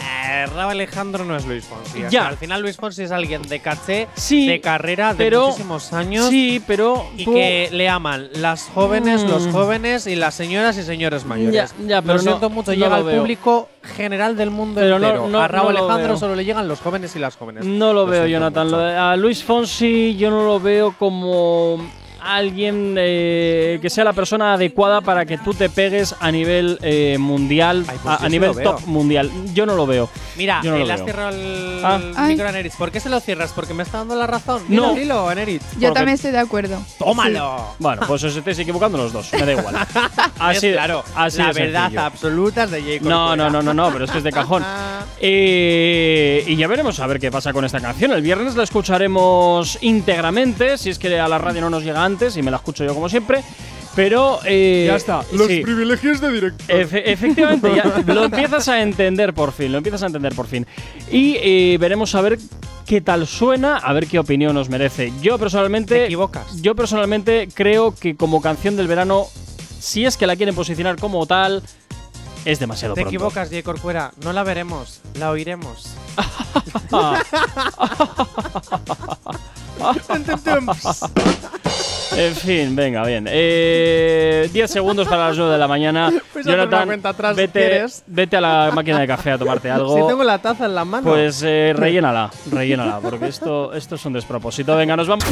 Speaker 4: Eh, Raba Alejandro no es Luis Fonsi.
Speaker 3: Ya.
Speaker 4: Ya. Al final Luis Fonsi es alguien de caché,
Speaker 3: Sí,
Speaker 4: de carrera, de
Speaker 3: pero-
Speaker 4: muchísimos años.
Speaker 3: Sí, pero
Speaker 4: Y
Speaker 3: tú-
Speaker 4: que le aman las jóvenes,
Speaker 3: Mm.
Speaker 4: los jóvenes y las señoras y señores mayores.
Speaker 3: Ya, ya, pero
Speaker 4: lo siento
Speaker 3: no-
Speaker 4: mucho,
Speaker 3: no
Speaker 4: llega
Speaker 3: lo
Speaker 4: al
Speaker 3: veo.
Speaker 4: público general del mundo
Speaker 3: Pero no-
Speaker 4: entero.
Speaker 3: no-
Speaker 4: a Raúl
Speaker 3: no lo
Speaker 4: Alejandro
Speaker 3: veo.
Speaker 4: solo le llegan los jóvenes y las jóvenes.
Speaker 3: no lo veo,
Speaker 4: siento
Speaker 3: Jonathan.
Speaker 4: mucho.
Speaker 3: Lo de- a Luis Fonsi yo no lo veo como alguien eh, que sea la persona adecuada para que tú te pegues a nivel eh, mundial,
Speaker 4: Ay, pues
Speaker 3: a-
Speaker 4: yo
Speaker 3: a,
Speaker 4: sí
Speaker 3: nivel
Speaker 4: lo veo.
Speaker 3: top mundial. Yo no lo veo.
Speaker 4: Mira, eh,
Speaker 3: Yo no lo
Speaker 4: él has
Speaker 3: veo.
Speaker 4: cerrado el
Speaker 3: Ah.
Speaker 6: Ay.
Speaker 4: micro a Neritz. ¿Por qué se lo cierras? Porque me está dando la razón.
Speaker 3: No.
Speaker 4: Dilo, dilo, Neritz.
Speaker 6: Yo
Speaker 3: Porque-
Speaker 6: también estoy de acuerdo.
Speaker 4: ¡Tómalo!
Speaker 3: Bueno, pues os estáis equivocando los dos, me da igual.
Speaker 4: Es
Speaker 3: Así,
Speaker 4: claro,
Speaker 3: así
Speaker 4: la
Speaker 3: de
Speaker 4: verdad
Speaker 3: sencillo.
Speaker 4: absoluta es de Jacob.
Speaker 3: No, no, no, no, no, pero es que es de cajón. Eh, y ya veremos a ver qué pasa con esta canción. El viernes la escucharemos íntegramente, si es que a la radio no nos llega antes y me la escucho yo como siempre. Pero. eh, sí.
Speaker 4: privilegios de directo.
Speaker 3: Efe- efectivamente, ya lo empiezas a entender por fin, lo empiezas a entender por fin. Y eh, veremos a ver qué tal suena, a ver qué opinión nos merece. Yo personalmente...
Speaker 4: Te equivocas.
Speaker 3: Yo personalmente creo que como canción del verano, si es que la quieren posicionar como tal, es demasiado
Speaker 4: Te
Speaker 3: pronto.
Speaker 4: equivocas, J. Corcuera. No la veremos, la oiremos.
Speaker 3: En fin, venga, bien. Eh, 10 segundos para las 9 de la mañana.
Speaker 4: Pues haz una
Speaker 3: Jonathan,
Speaker 4: cuenta atrás si
Speaker 3: vete,
Speaker 4: quieres.
Speaker 3: vete a la máquina de café a tomarte algo.
Speaker 4: Si tengo la taza en la mano.
Speaker 3: Pues eh, rellénala, rellénala, porque esto, esto es un despropósito. Venga, nos vamos.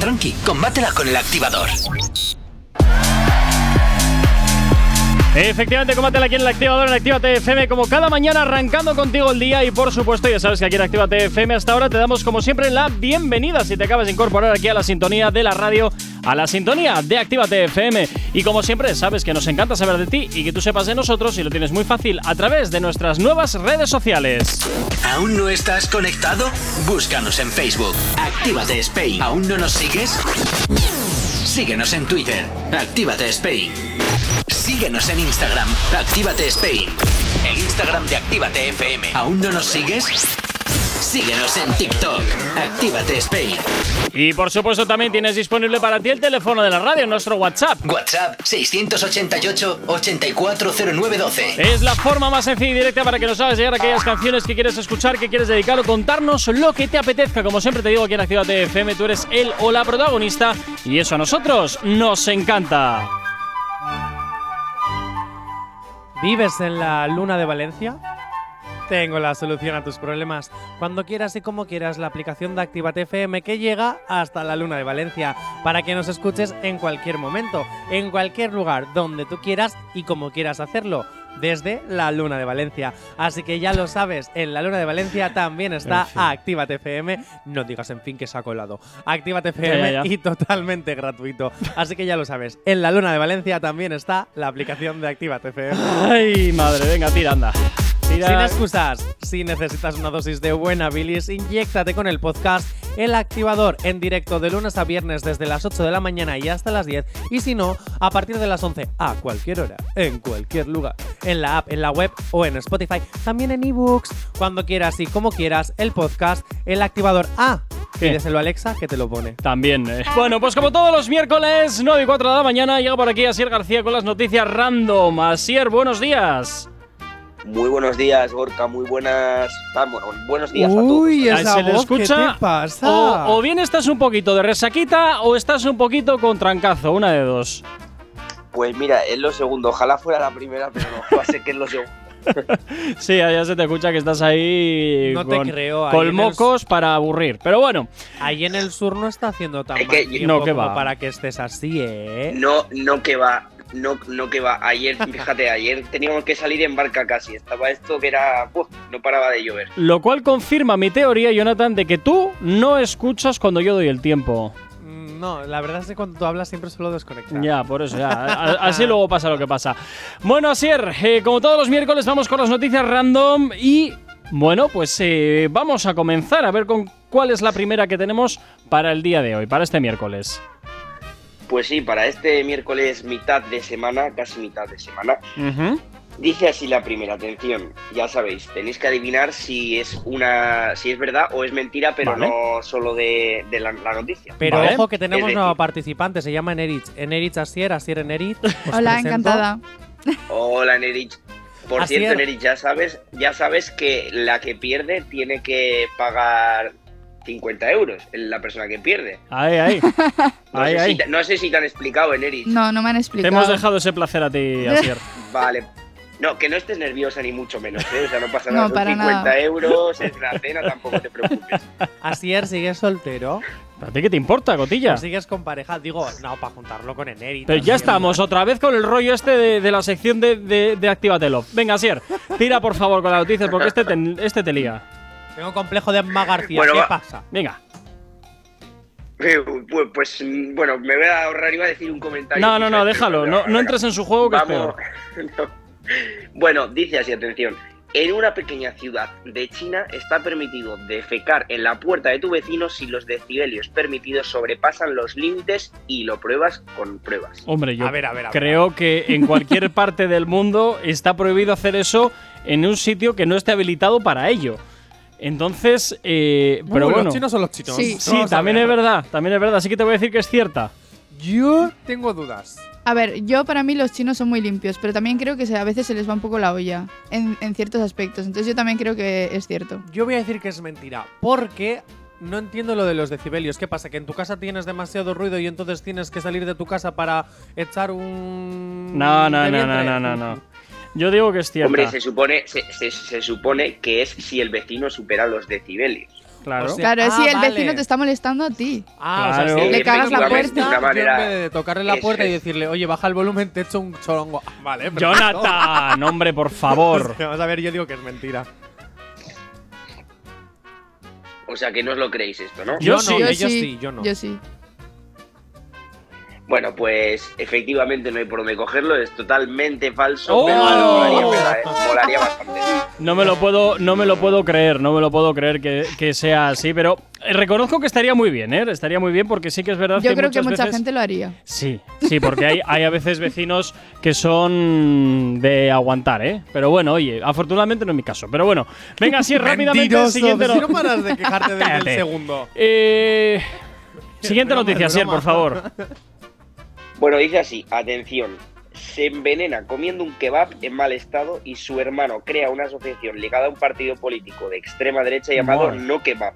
Speaker 2: Tranqui, combátela con el activador.
Speaker 3: Efectivamente, cómatela aquí en el activador en Actívate FM, como cada mañana arrancando contigo el día. Y por supuesto, ya sabes que aquí en Actívate FM hasta ahora te damos, como siempre, la bienvenida si te acabas de incorporar aquí a la sintonía de la radio, a la sintonía de Actívate FM. Y como siempre, sabes que nos encanta saber de ti y que tú sepas de nosotros y lo tienes muy fácil a través de nuestras nuevas redes sociales.
Speaker 2: ¿Aún no estás conectado? Búscanos en Facebook. Actívate Spain. ¿Aún no nos sigues? Síguenos en Twitter. Actívate Spain. Síguenos en Instagram. Actívate Spain. El Instagram de Actívate FM. ¿Aún no nos sigues? Síguenos en TikTok. Actívate Spain.
Speaker 3: Y por supuesto, también tienes disponible para ti el teléfono de la radio, nuestro WhatsApp.
Speaker 2: WhatsApp 688 840912.
Speaker 3: Es la forma más sencilla y directa para que nos hagas llegar aquellas canciones que quieres escuchar, que quieres dedicar o contarnos lo que te apetezca. Como siempre te digo aquí en Actívate FM, tú eres el o la protagonista y eso a nosotros nos encanta.
Speaker 4: ¿Vives en la luna de Valencia? Tengo la solución a tus problemas. Cuando quieras y como quieras, la aplicación de Actívate FM que llega hasta la luna de Valencia para que nos escuches en cualquier momento, en cualquier lugar, donde tú quieras y como quieras hacerlo, desde la luna de Valencia. Así que ya lo sabes, en la luna de Valencia también está Actívate FM. No digas en fin que se ha colado. Actívate FM
Speaker 3: ya, ya.
Speaker 4: y totalmente gratuito. Así que ya lo sabes, en la luna de Valencia también está la aplicación de Actívate FM.
Speaker 3: Ay, madre, venga, tira, anda.
Speaker 4: Sin
Speaker 3: Tira.
Speaker 4: excusas, si necesitas una dosis de buena bilis, inyéctate con el podcast El Activador en directo de lunes a viernes desde las 8 de la mañana y hasta las 10 y si no, a partir de las 11 a cualquier hora, en cualquier lugar, en la app, en la web o en Spotify, también en ebooks, cuando quieras y como quieras, el podcast El Activador. Ah,
Speaker 3: ¿Qué?
Speaker 4: pídeselo a Alexa que te lo pone.
Speaker 3: También. eh. Bueno, pues como todos los miércoles, 9 y 4 de la mañana, llega por aquí Asier García con las noticias random. Asier, buenos días.
Speaker 7: Muy buenos días, Gorka, muy buenas. ah, bueno, buenos días a todos.
Speaker 4: Uy,
Speaker 3: Ahí
Speaker 4: esa
Speaker 3: se le
Speaker 4: voz, ¿qué
Speaker 3: escucha,
Speaker 4: te pasa?
Speaker 3: O, o bien estás un poquito de resaquita o estás un poquito con trancazo, una de dos.
Speaker 7: Pues mira, es lo segundo. Ojalá fuera la primera, pero no. Así que es lo segundo.
Speaker 3: Sí, ya se te escucha que estás ahí
Speaker 4: No te
Speaker 3: con,
Speaker 4: creo, ahí
Speaker 3: con
Speaker 4: en el-
Speaker 3: mocos para aburrir. Pero bueno,
Speaker 4: Ahí en el sur no está haciendo tan
Speaker 7: Es
Speaker 4: mal
Speaker 7: que-
Speaker 4: tiempo
Speaker 3: No, que
Speaker 4: como
Speaker 3: va.
Speaker 4: para que estés así, ¿eh?
Speaker 7: No, no que va. No, no que va. Ayer, fíjate, ayer teníamos que salir en barca casi. Estaba esto que era. buah, no paraba de llover.
Speaker 3: lo cual confirma mi teoría, Jonathan, de que tú no escuchas cuando yo doy el tiempo.
Speaker 4: Mm, No, la verdad es que cuando tú hablas siempre suelo desconectar.
Speaker 3: Ya, por eso, ya. A- Así luego pasa lo que pasa. Bueno, Asier, eh, como todos los miércoles, vamos con las noticias random y. Bueno, pues eh, vamos a comenzar a ver con cuál es la primera que tenemos para el día de hoy, para este miércoles.
Speaker 7: Pues sí, para este miércoles, mitad de semana, casi mitad de semana.
Speaker 3: Ujú.
Speaker 7: Dice así la primera, atención. Ya sabéis, tenéis que adivinar si es una. si es verdad o es mentira, pero
Speaker 3: Vale.
Speaker 7: no solo de, de la, la noticia.
Speaker 4: Pero
Speaker 3: Vale.
Speaker 4: ojo que tenemos
Speaker 7: Es decir-
Speaker 4: nueva participante, se llama Eneritz. Eneritz Asier, Asier Eneritz. Os
Speaker 6: Hola,
Speaker 4: presento.
Speaker 6: encantada.
Speaker 7: Hola Nerich. Por
Speaker 4: Así
Speaker 7: cierto,
Speaker 4: era.
Speaker 7: Nerich, ya sabes, ya sabes que la que pierde tiene que pagar 50 euros, la persona que pierde.
Speaker 3: Ahí, ahí.
Speaker 7: No,
Speaker 3: ahí,
Speaker 7: sé, Si
Speaker 3: ahí.
Speaker 7: te, no sé si te han explicado, eh, Nerich.
Speaker 6: No, no me han
Speaker 3: Te
Speaker 6: explicado.
Speaker 3: hemos dejado ese placer a ti, Asier.
Speaker 7: Vale. No, que no estés nerviosa ni mucho menos, ¿eh? O sea, no pasa
Speaker 6: No,
Speaker 7: nada. Son
Speaker 6: para
Speaker 7: 50
Speaker 6: nada.
Speaker 7: euros, es la cena, tampoco te preocupes.
Speaker 4: Asier sigue soltero.
Speaker 3: ¿A ti qué te importa, Cotilla?
Speaker 4: Pues sigues con pareja, digo, no, para juntarlo con Eneri.
Speaker 3: Pero ya
Speaker 4: también.
Speaker 3: estamos otra vez con el rollo este de, de la sección de, de, de Actívatelo. Venga, Sier, tira por favor con las noticias porque este te, este te liga.
Speaker 4: Tengo complejo de Emma García,
Speaker 7: Bueno,
Speaker 4: ¿qué
Speaker 7: va.
Speaker 4: pasa?
Speaker 3: Venga.
Speaker 7: Eh, Pues, pues, mm, bueno, me voy a ahorrar, iba a decir un comentario.
Speaker 3: No, no, no,
Speaker 7: quizás,
Speaker 3: déjalo.
Speaker 7: pero
Speaker 3: No, no entres en su juego que es
Speaker 7: Vamos.
Speaker 3: peor.
Speaker 7: No. Bueno, dice así, atención. En una pequeña ciudad de China está permitido defecar en la puerta de tu vecino si los decibelios permitidos sobrepasan los límites y lo pruebas con pruebas.
Speaker 3: Hombre, yo
Speaker 4: A ver, a ver, a ver.
Speaker 3: creo que en cualquier parte del mundo está prohibido hacer eso en un sitio que no esté habilitado para ello. Entonces, eh, pero
Speaker 4: Uh,
Speaker 3: bueno.
Speaker 4: los chinos son los chinos.
Speaker 6: Sí.
Speaker 3: Sí, también es verdad, también es verdad. Así que te voy a decir que es cierta.
Speaker 4: Yo tengo dudas.
Speaker 6: A ver, yo para mí los chinos son muy limpios, pero también creo que se- a veces se les va un poco la olla en, en ciertos aspectos. Entonces yo también creo que es cierto.
Speaker 4: Yo voy a decir que es mentira, porque no entiendo lo de los decibelios. ¿Qué pasa? ¿Que en tu casa tienes demasiado ruido y entonces tienes que salir de tu casa para echar un.
Speaker 3: No, no,
Speaker 4: de
Speaker 3: no, no,
Speaker 4: vientre?
Speaker 3: no, no, no. Yo digo que es cierta.
Speaker 7: Hombre, se supone, se, se- se supone que es si el vecino supera los decibelios.
Speaker 3: claro.
Speaker 4: o sea,
Speaker 6: Claro, es
Speaker 4: ah,
Speaker 6: si el
Speaker 4: vale.
Speaker 6: vecino te está molestando a ti.
Speaker 4: Ah, o
Speaker 3: Claro.
Speaker 4: sea, si
Speaker 6: Le cagas la
Speaker 4: efectivamente,
Speaker 6: puerta.
Speaker 7: De una
Speaker 4: yo
Speaker 7: manera-
Speaker 4: en vez de tocarle la
Speaker 7: Eso
Speaker 4: puerta y
Speaker 7: es.
Speaker 4: decirle, oye, baja el volumen, te echo un chorongo. Ah, Vale, pero.
Speaker 3: Jonathan, hombre, por favor.
Speaker 4: Vamos a ver, yo digo que es mentira.
Speaker 7: O sea que no os lo creéis esto, ¿no?
Speaker 3: Yo sí.
Speaker 4: no,
Speaker 3: Yo
Speaker 4: ellos sí. yo no.
Speaker 6: Yo sí.
Speaker 7: Bueno, pues efectivamente no hay por dónde cogerlo, es totalmente falso,
Speaker 3: ¡Oh!
Speaker 7: pero molaría, ¿verdad? ¿eh? Molaría bastante.
Speaker 3: No me lo puedo, no me lo puedo creer, no me lo puedo creer que, que sea así, pero eh, reconozco que estaría muy bien, ¿eh? Estaría muy bien porque sí que es verdad
Speaker 6: Yo
Speaker 3: que
Speaker 6: creo que
Speaker 3: muchas
Speaker 6: mucha
Speaker 3: veces-
Speaker 6: gente lo haría.
Speaker 3: Sí, sí, porque hay, hay a veces vecinos que son de aguantar, ¿eh? Pero bueno, oye, afortunadamente no es mi caso. Pero bueno, venga, así rápidamente,
Speaker 4: Mentiroso,
Speaker 3: siguiente, no-
Speaker 4: si no paras de quejarte desde el
Speaker 3: Cállate.
Speaker 4: segundo.
Speaker 3: Eh, siguiente
Speaker 4: Broma,
Speaker 3: noticia, Sier,
Speaker 4: broma.
Speaker 3: por favor.
Speaker 7: Bueno, dice así, atención. Se envenena comiendo un kebab en mal estado y su hermano crea una asociación ligada a un partido político de extrema derecha llamado
Speaker 3: Madre.
Speaker 7: No Kebab.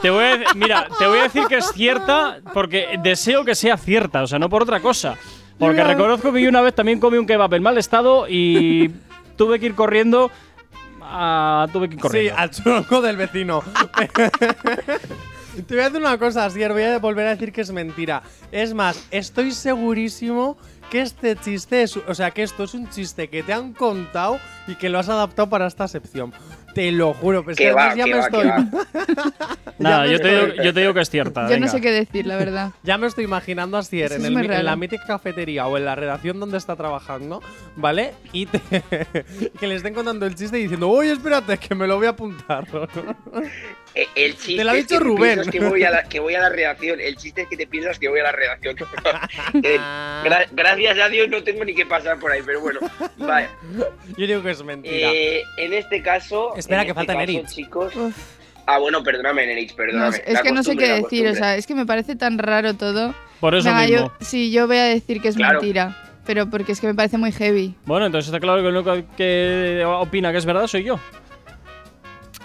Speaker 3: Te voy a, dec- mira, te voy a decir que es cierta porque deseo que sea cierta, o sea, no por otra cosa. Porque reconozco que yo una vez también comí un kebab en mal estado y tuve que ir corriendo. a- tuve que ir
Speaker 4: Sí,
Speaker 3: corriendo.
Speaker 4: al tronco del vecino. Te voy a hacer una cosa, Asier, voy a volver a decir que es mentira. Es más, estoy segurísimo que este chiste es, o sea, que esto es un chiste que te han contado y que lo has adaptado para esta sección. Te lo juro, pero es que
Speaker 7: Que va,
Speaker 4: además ya
Speaker 7: que
Speaker 4: me
Speaker 7: va, que
Speaker 4: estoy
Speaker 7: va.
Speaker 3: Nada, yo te,
Speaker 4: estoy-
Speaker 3: digo, yo te digo que es
Speaker 7: Ah,
Speaker 3: cierta.
Speaker 6: Yo
Speaker 3: venga.
Speaker 6: no sé qué decir, la verdad.
Speaker 4: ya me estoy imaginando a Asier
Speaker 6: Eso
Speaker 4: en,
Speaker 6: es
Speaker 4: el
Speaker 6: muy
Speaker 4: mi- en la
Speaker 6: raro.
Speaker 4: mítica cafetería o en la redacción donde está trabajando, ¿vale? Y te- que le estén contando el chiste y diciendo, "Uy, espérate, que me lo voy a apuntar."
Speaker 7: Eh, El chiste
Speaker 4: Te lo ha
Speaker 7: es
Speaker 4: dicho
Speaker 7: que te
Speaker 4: Rubén.
Speaker 7: piensas que voy, a la, que voy a la redacción. El chiste es que te piensas que voy a la redacción. Eh, gra- gracias a Dios no tengo ni que pasar por ahí, pero bueno. Vale.
Speaker 4: Yo digo que es mentira.
Speaker 7: Eh, en este caso.
Speaker 4: Espera,
Speaker 7: en
Speaker 4: que
Speaker 7: este
Speaker 4: falta
Speaker 7: caso,
Speaker 4: Neritz.
Speaker 7: chicos. Ah, bueno, perdóname, Neritz,
Speaker 6: No,
Speaker 7: perdóname.
Speaker 6: es
Speaker 7: La
Speaker 6: es que no sé
Speaker 7: costumbre,
Speaker 6: qué
Speaker 7: la
Speaker 6: decir, o
Speaker 7: costumbre.
Speaker 6: sea, es que me parece tan raro todo.
Speaker 3: Por eso
Speaker 6: Venga,
Speaker 3: mismo.
Speaker 6: yo, sí, yo voy a decir que es
Speaker 7: Claro.
Speaker 6: mentira, pero porque es que me parece muy heavy.
Speaker 3: Bueno, entonces está claro que el único que opina que es verdad soy yo.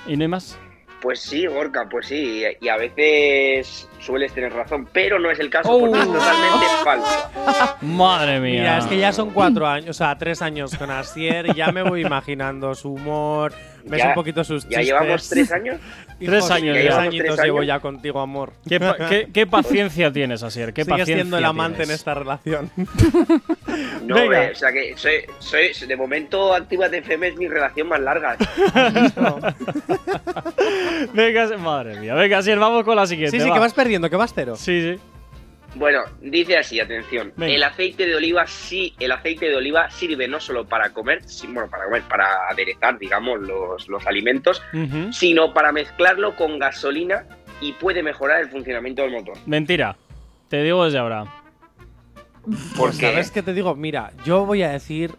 Speaker 3: Y no hay más.
Speaker 7: Pues sí, Gorka, pues sí. Y- Y a veces sueles tener razón, pero no es el caso
Speaker 3: Oh.
Speaker 7: porque es totalmente falso.
Speaker 3: Madre mía.
Speaker 4: Mira, es que ya son cuatro años, o sea, tres años con Asier, y ya me voy imaginando su humor, ves
Speaker 7: Ya-
Speaker 4: un poquito sus
Speaker 7: Ya
Speaker 4: chistes.
Speaker 7: llevamos tres años.
Speaker 4: Hijos,
Speaker 3: Tres años
Speaker 4: tres
Speaker 3: ya.
Speaker 7: Llevamos
Speaker 4: añitos
Speaker 7: tres
Speaker 4: llevo
Speaker 7: años.
Speaker 4: ya contigo, amor.
Speaker 3: ¿Qué, pa- qué- qué paciencia tienes, Asier? ¿Qué
Speaker 4: Sigues
Speaker 3: paciencia
Speaker 4: siendo el amante
Speaker 3: tienes?
Speaker 4: en esta relación.
Speaker 7: No,
Speaker 3: Venga.
Speaker 7: eh, o sea que soy, soy, de momento Activa FM es mi relación más larga.
Speaker 3: Venga, madre mía. Venga, Asier, vamos con la siguiente.
Speaker 4: sí, sí,
Speaker 3: va.
Speaker 4: que vas perdiendo, que vas cero.
Speaker 3: Sí, sí.
Speaker 7: Bueno, dice así, atención.
Speaker 3: Venga.
Speaker 7: El aceite de oliva sí, el aceite de oliva sirve no solo para comer, sí, bueno, para comer, para aderezar, digamos, los, los alimentos,
Speaker 3: Ujú.
Speaker 7: sino para mezclarlo con gasolina y puede mejorar el funcionamiento del motor.
Speaker 3: Mentira. Te digo desde ahora. Pues
Speaker 7: Porque
Speaker 4: ¿Sabes qué te digo? Mira, yo voy a decir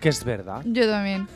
Speaker 4: que es verdad.
Speaker 6: Yo también.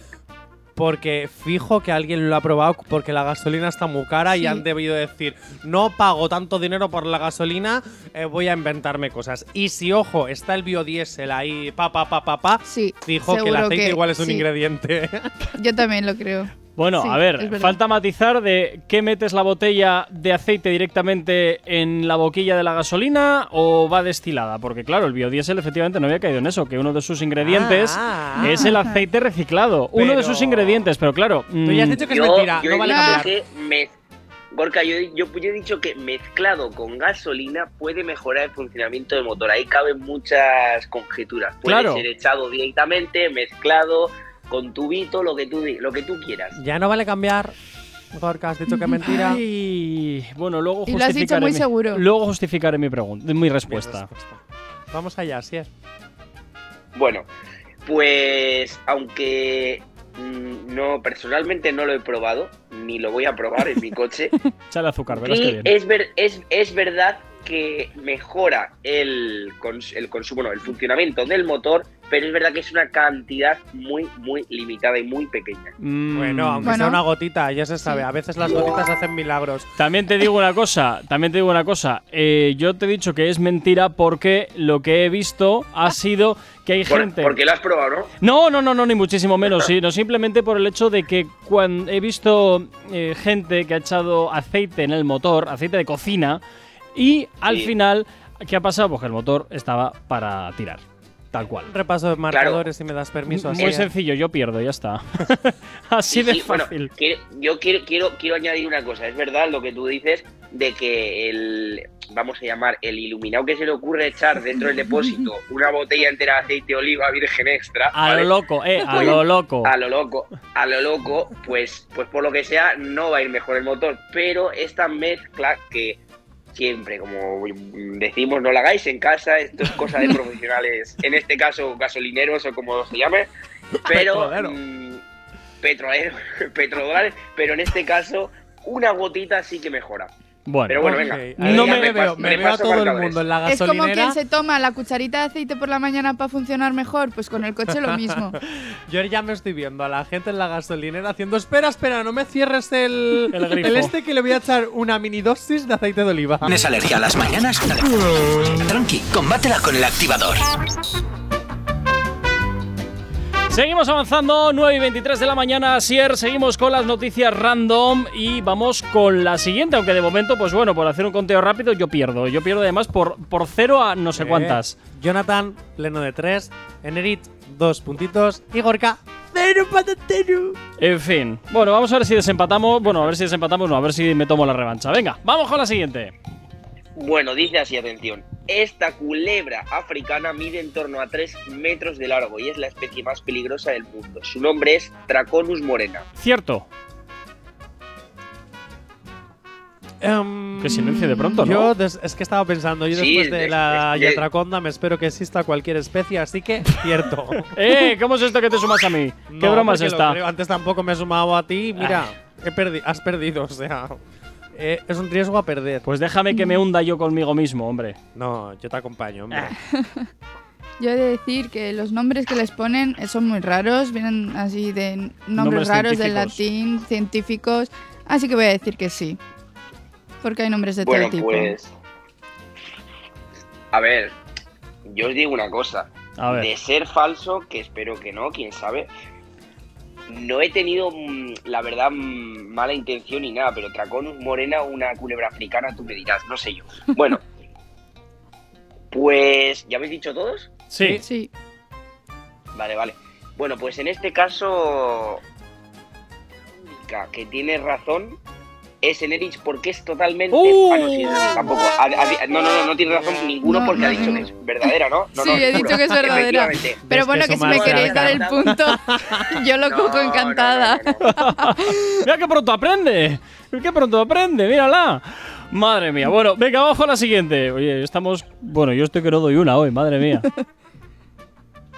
Speaker 4: Porque fijo que alguien lo ha probado porque la gasolina está muy cara y
Speaker 6: Sí.
Speaker 4: han debido decir, no pago tanto dinero por la gasolina, eh, voy a inventarme cosas. Y si, ojo, está el biodiesel ahí, pa, pa, pa, pa, pa,
Speaker 6: Sí,
Speaker 4: fijo que Ah, el
Speaker 6: seguro
Speaker 4: aceite
Speaker 6: que
Speaker 4: igual es un
Speaker 6: sí.
Speaker 4: ingrediente.
Speaker 6: Yo también lo creo.
Speaker 3: Bueno,
Speaker 6: Sí,
Speaker 3: a
Speaker 6: es
Speaker 3: ver,
Speaker 6: verdad.
Speaker 3: falta matizar de qué metes la botella de aceite directamente en la boquilla de la gasolina o va destilada. Porque claro, el biodiesel efectivamente no había caído en eso, que uno de sus ingredientes
Speaker 4: Ah.
Speaker 3: es el aceite reciclado. Uno de
Speaker 4: Pero-
Speaker 3: sus ingredientes, pero claro...
Speaker 4: Tú ya has
Speaker 3: mm,
Speaker 4: dicho que
Speaker 7: yo,
Speaker 4: es mentira,
Speaker 7: yo he
Speaker 4: no vale
Speaker 7: dicho
Speaker 4: cambiar.
Speaker 7: que mez- Gorka, yo, yo, yo he dicho que mezclado con gasolina puede mejorar el funcionamiento del motor. Ahí caben muchas conjeturas. Puede
Speaker 3: Claro.
Speaker 7: ser echado directamente, mezclado, con tubito, lo que tú, di- lo que tú quieras.
Speaker 4: Ya no vale cambiar. Gorka, has dicho que es mentira.
Speaker 3: Ay, bueno, luego
Speaker 6: Y lo has dicho
Speaker 3: justificaré
Speaker 6: muy
Speaker 3: mi-
Speaker 6: seguro.
Speaker 3: Luego justificaré mi pregunta, mi
Speaker 4: Bien,
Speaker 3: respuesta.
Speaker 4: respuesta. Vamos allá, si es.
Speaker 7: Bueno, pues aunque mm, no personalmente no lo he probado, ni lo voy a probar en mi coche.
Speaker 3: Chale azúcar, verás que
Speaker 7: Y
Speaker 3: bien.
Speaker 7: es, ver- es, es verdad que mejora el, cons- el consumo, no, el funcionamiento del motor, pero es verdad que es una cantidad muy, muy limitada y muy pequeña.
Speaker 3: Mm,
Speaker 4: Bueno, aunque
Speaker 6: Bueno.
Speaker 4: sea una gotita, ya se sabe. A veces las gotitas hacen milagros.
Speaker 3: También te digo una cosa, también te digo una cosa. Eh, yo te he dicho que es mentira porque lo que he visto ha sido que hay
Speaker 7: Por-
Speaker 3: gente.
Speaker 7: porque lo has probado, ¿no?
Speaker 3: No, no, no, no, ni muchísimo menos, sino simplemente por el hecho de que cuando he visto eh, gente que ha echado aceite en el motor, aceite de cocina, y al
Speaker 7: Sí.
Speaker 3: final, ¿qué ha pasado? Pues que el motor estaba para tirar, tal cual.
Speaker 4: Repaso de marcadores, si me das permiso.
Speaker 3: Muy
Speaker 4: así es.
Speaker 3: sencillo, yo pierdo, ya está. Así
Speaker 7: Sí,
Speaker 3: de
Speaker 7: sí, bueno,
Speaker 3: fácil.
Speaker 7: quiero- yo quiero, quiero, quiero añadir una cosa. Es verdad lo que tú dices de que el, vamos a llamar, el iluminado que se le ocurre echar dentro del depósito una botella entera de aceite de oliva virgen extra.
Speaker 3: a
Speaker 7: ¿vale?
Speaker 3: lo loco, eh, a lo loco.
Speaker 7: a lo loco, a lo loco, pues, pues por lo que sea, no va a ir mejor el motor. Pero esta mezcla que siempre, como decimos, no la hagáis en casa, esto es cosa de profesionales, en este caso gasolineros o como se llame, pero
Speaker 4: Petrolero.
Speaker 7: mm, petrolero, petrodólares, pero en este caso una gotita sí que mejora.
Speaker 3: Bueno,
Speaker 7: Pero bueno,
Speaker 4: Ok,
Speaker 7: venga.
Speaker 4: ahí
Speaker 3: No
Speaker 4: ya
Speaker 3: me-
Speaker 4: me veo,
Speaker 7: repaso-
Speaker 4: me veo a todo el
Speaker 7: marcadores.
Speaker 4: mundo en la
Speaker 6: Es como
Speaker 4: gasolinera.
Speaker 6: quien se toma la cucharita de aceite por la mañana para funcionar mejor, pues con el coche lo mismo.
Speaker 4: Yo ya me estoy viendo a la gente en la gasolinera haciendo espera, espera, no me cierres el,
Speaker 3: El grifo.
Speaker 4: este que le voy a echar una mini dosis de aceite de oliva.
Speaker 2: ¿Tienes alergia a las mañanas? Tranqui, combátela con el activador.
Speaker 3: Seguimos avanzando, 9 y 23 de la mañana, Sier, seguimos con las noticias random y vamos con la siguiente, aunque de momento, pues bueno, por hacer un conteo rápido, yo pierdo. Yo pierdo además por, por cero a no sé cuántas.
Speaker 4: Eh, Jonathan, pleno de tres. Enerit, dos puntitos. Y Gorka, cero patatero.
Speaker 3: En fin. Bueno, vamos a ver si desempatamos. Bueno, a ver si desempatamos, no, a ver si me tomo la revancha. Venga, vamos con la siguiente.
Speaker 7: Bueno, dice así, atención. Esta culebra africana mide en torno a 3 metros de largo y es la especie más peligrosa del mundo. Su nombre es Traconus morena.
Speaker 3: Cierto.
Speaker 4: Em,
Speaker 3: Qué silencio de pronto, ¿no?
Speaker 4: Yo des- es que estaba pensando, yo
Speaker 7: Sí,
Speaker 4: después de
Speaker 7: es-
Speaker 4: la
Speaker 7: es que-
Speaker 4: yatraconda me espero que exista cualquier especie, así que cierto.
Speaker 3: ¡Eh! ¿Cómo es esto que te sumas a mí? ¿Qué
Speaker 4: No,
Speaker 3: broma es
Speaker 4: porque lo
Speaker 3: esta?
Speaker 4: creo. Antes tampoco me he sumado a ti. Mira, he perdi- has perdido, o sea. eh, es un riesgo a perder.
Speaker 3: Pues déjame que me hunda yo conmigo mismo, hombre.
Speaker 4: No, yo te acompaño, hombre.
Speaker 6: Yo he de decir que los nombres que les ponen eh, son muy raros, vienen así de n- nombres,
Speaker 3: Nombres
Speaker 6: raros del
Speaker 3: científicos.
Speaker 6: latín, científicos, así que voy a decir que sí. Porque hay nombres de
Speaker 7: Bueno,
Speaker 6: todo tipo.
Speaker 7: pues... A ver, yo os digo una cosa.
Speaker 3: A ver.
Speaker 7: De ser falso, que espero que no, quién sabe. No he tenido, mm, la verdad, mm, mala intención ni nada, pero Traconus morena, una culebra africana, tú me dirás, no sé yo. Bueno, pues, ¿ya habéis dicho todos?
Speaker 3: Sí.
Speaker 6: Sí.
Speaker 7: Vale, vale. Bueno, pues en este caso, la única que tiene razón es Enerich porque es totalmente.
Speaker 3: ¡Uh!
Speaker 7: Ah, no, sí, tampoco. Ha- ha- no, no, no, no tiene razón ninguno
Speaker 6: No,
Speaker 7: porque
Speaker 6: no,
Speaker 7: ha dicho
Speaker 6: no,
Speaker 7: que
Speaker 6: no.
Speaker 7: es verdadera, ¿no? no
Speaker 6: Sí,
Speaker 7: no,
Speaker 6: he
Speaker 7: seguro.
Speaker 6: dicho que es verdadera.
Speaker 7: Efectivamente.
Speaker 6: Pero
Speaker 4: Ves que
Speaker 6: bueno, que si
Speaker 4: sumar
Speaker 6: me
Speaker 4: una
Speaker 6: queréis dar el
Speaker 7: ventaja.
Speaker 6: punto, yo lo cojo
Speaker 7: No, no, no,
Speaker 6: encantada.
Speaker 7: no, no.
Speaker 3: Mira que pronto aprende. Qué pronto aprende, mírala. Madre mía. Bueno, venga, vamos con la siguiente. Oye, estamos. Bueno, yo estoy que no doy una hoy, madre mía.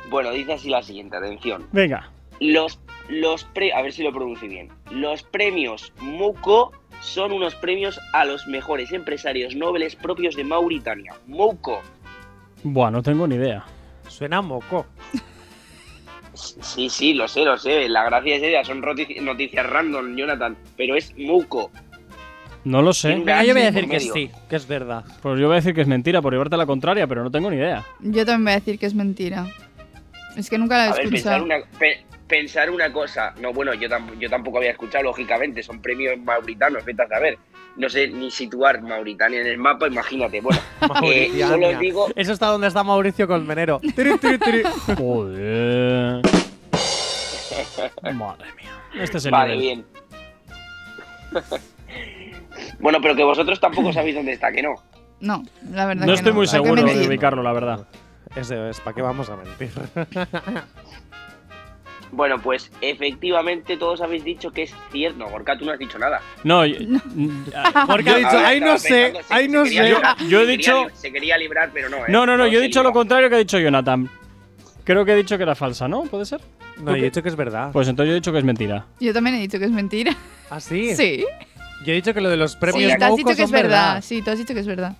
Speaker 7: Bueno, dice así la siguiente, atención.
Speaker 3: Venga.
Speaker 7: Los, los pre- a ver si lo pronuncio bien. Los premios Muco son unos premios a los mejores empresarios nobles propios de Mauritania. Muco.
Speaker 3: Buah, no tengo ni idea.
Speaker 4: Suena moco.
Speaker 7: Sí, sí, lo sé, lo sé. La gracia es ella, son roti- noticias random, Jonathan. Pero es Muco.
Speaker 3: No lo sé.
Speaker 7: Venga,
Speaker 4: yo voy a
Speaker 7: sí,
Speaker 4: decir que
Speaker 7: por medio.
Speaker 4: sí, que es verdad.
Speaker 3: Pues yo voy a decir que es mentira por llevarte la contraria, pero no tengo ni idea.
Speaker 6: Yo también voy a decir que es mentira. Es que nunca la
Speaker 7: A
Speaker 6: he
Speaker 7: ver, pensar
Speaker 6: escuchado.
Speaker 7: una, pe- pensar una cosa. No, bueno, yo, tam- yo tampoco había escuchado, lógicamente. Son premios mauritanos, vete a saber. No sé ni situar Mauritania en el mapa, imagínate. Bueno, eh,
Speaker 4: Mauritiania.
Speaker 7: solo os digo.
Speaker 4: Eso está donde está Mauricio Colmenero. Tiri, tiri, tiri.
Speaker 3: Joder. Madre mía. Este es el
Speaker 7: Vale,
Speaker 3: nivel.
Speaker 7: bien. Bueno, pero que vosotros tampoco sabéis dónde está, que no.
Speaker 6: No, la verdad
Speaker 3: No
Speaker 6: que
Speaker 3: estoy muy
Speaker 6: ¿Para qué
Speaker 3: seguro de
Speaker 6: mentir?
Speaker 3: ubicarlo, la verdad.
Speaker 4: Ese es, ¿para qué vamos a mentir?
Speaker 7: Bueno, pues efectivamente todos habéis dicho que es cierto. No, Gorka, tú no has dicho nada.
Speaker 3: No, yo- ah,
Speaker 4: Porque ha
Speaker 3: Gorka-
Speaker 4: dicho,
Speaker 7: Ahora
Speaker 4: ahí no
Speaker 7: estaba
Speaker 4: sé,
Speaker 7: pensando, se-
Speaker 4: ahí
Speaker 7: se
Speaker 4: no
Speaker 7: quería
Speaker 4: sé.
Speaker 7: librar,
Speaker 3: Yo he
Speaker 7: se quería
Speaker 3: dicho-
Speaker 7: li- se quería librar, pero no. ¿eh?
Speaker 3: no, no, no, yo he
Speaker 7: se
Speaker 3: dicho
Speaker 7: libró.
Speaker 3: lo contrario que ha dicho Jonathan. Creo que he dicho que era falsa, ¿no? ¿Puede ser?
Speaker 4: No, yo he dicho que es verdad.
Speaker 3: Pues entonces yo he dicho que es mentira.
Speaker 6: Yo también he dicho que es mentira.
Speaker 4: ¿Ah, sí?
Speaker 6: Sí. Sí,
Speaker 4: Yo he dicho que lo de los premios
Speaker 6: tú has
Speaker 4: Moco
Speaker 6: dicho que
Speaker 4: son
Speaker 6: es verdad.
Speaker 4: verdad.
Speaker 6: Sí, tú has dicho que es verdad.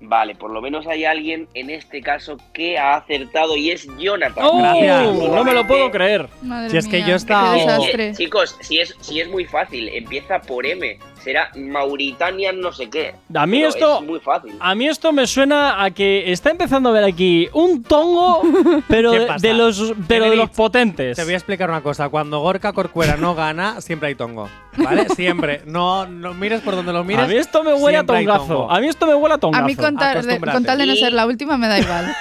Speaker 7: Vale, por lo menos hay alguien en este caso que ha acertado y es Jonathan.
Speaker 3: ¡Oh!
Speaker 4: Gracias.
Speaker 3: No me lo puedo creer.
Speaker 6: Madre
Speaker 4: Si es que
Speaker 6: mía,
Speaker 4: yo he estado-
Speaker 6: Qué
Speaker 7: Eh,
Speaker 6: desastre.
Speaker 7: chicos, si es, si es muy fácil, empieza por M. Será Mauritania no sé qué.
Speaker 3: A mí
Speaker 7: Pero
Speaker 3: esto-
Speaker 7: Es muy fácil.
Speaker 3: A mí esto me suena a que está empezando a ver aquí un tongo, pero
Speaker 4: ¿Qué
Speaker 3: de,
Speaker 4: pasa?
Speaker 3: de los pero de
Speaker 4: Benedict,
Speaker 3: los potentes.
Speaker 4: Te voy a explicar una cosa. Cuando Gorka Corcuera no gana, siempre hay tongo. ¿Vale? Siempre. No, no mires por donde lo mires.
Speaker 3: a mí esto me huele a
Speaker 4: siempre hay
Speaker 3: tongazo.
Speaker 4: tongo.
Speaker 3: A mí esto me huele a tongazo.
Speaker 6: A mí con tal, de,
Speaker 4: Acostúmbrate.
Speaker 6: con tal de no ser la última me da igual.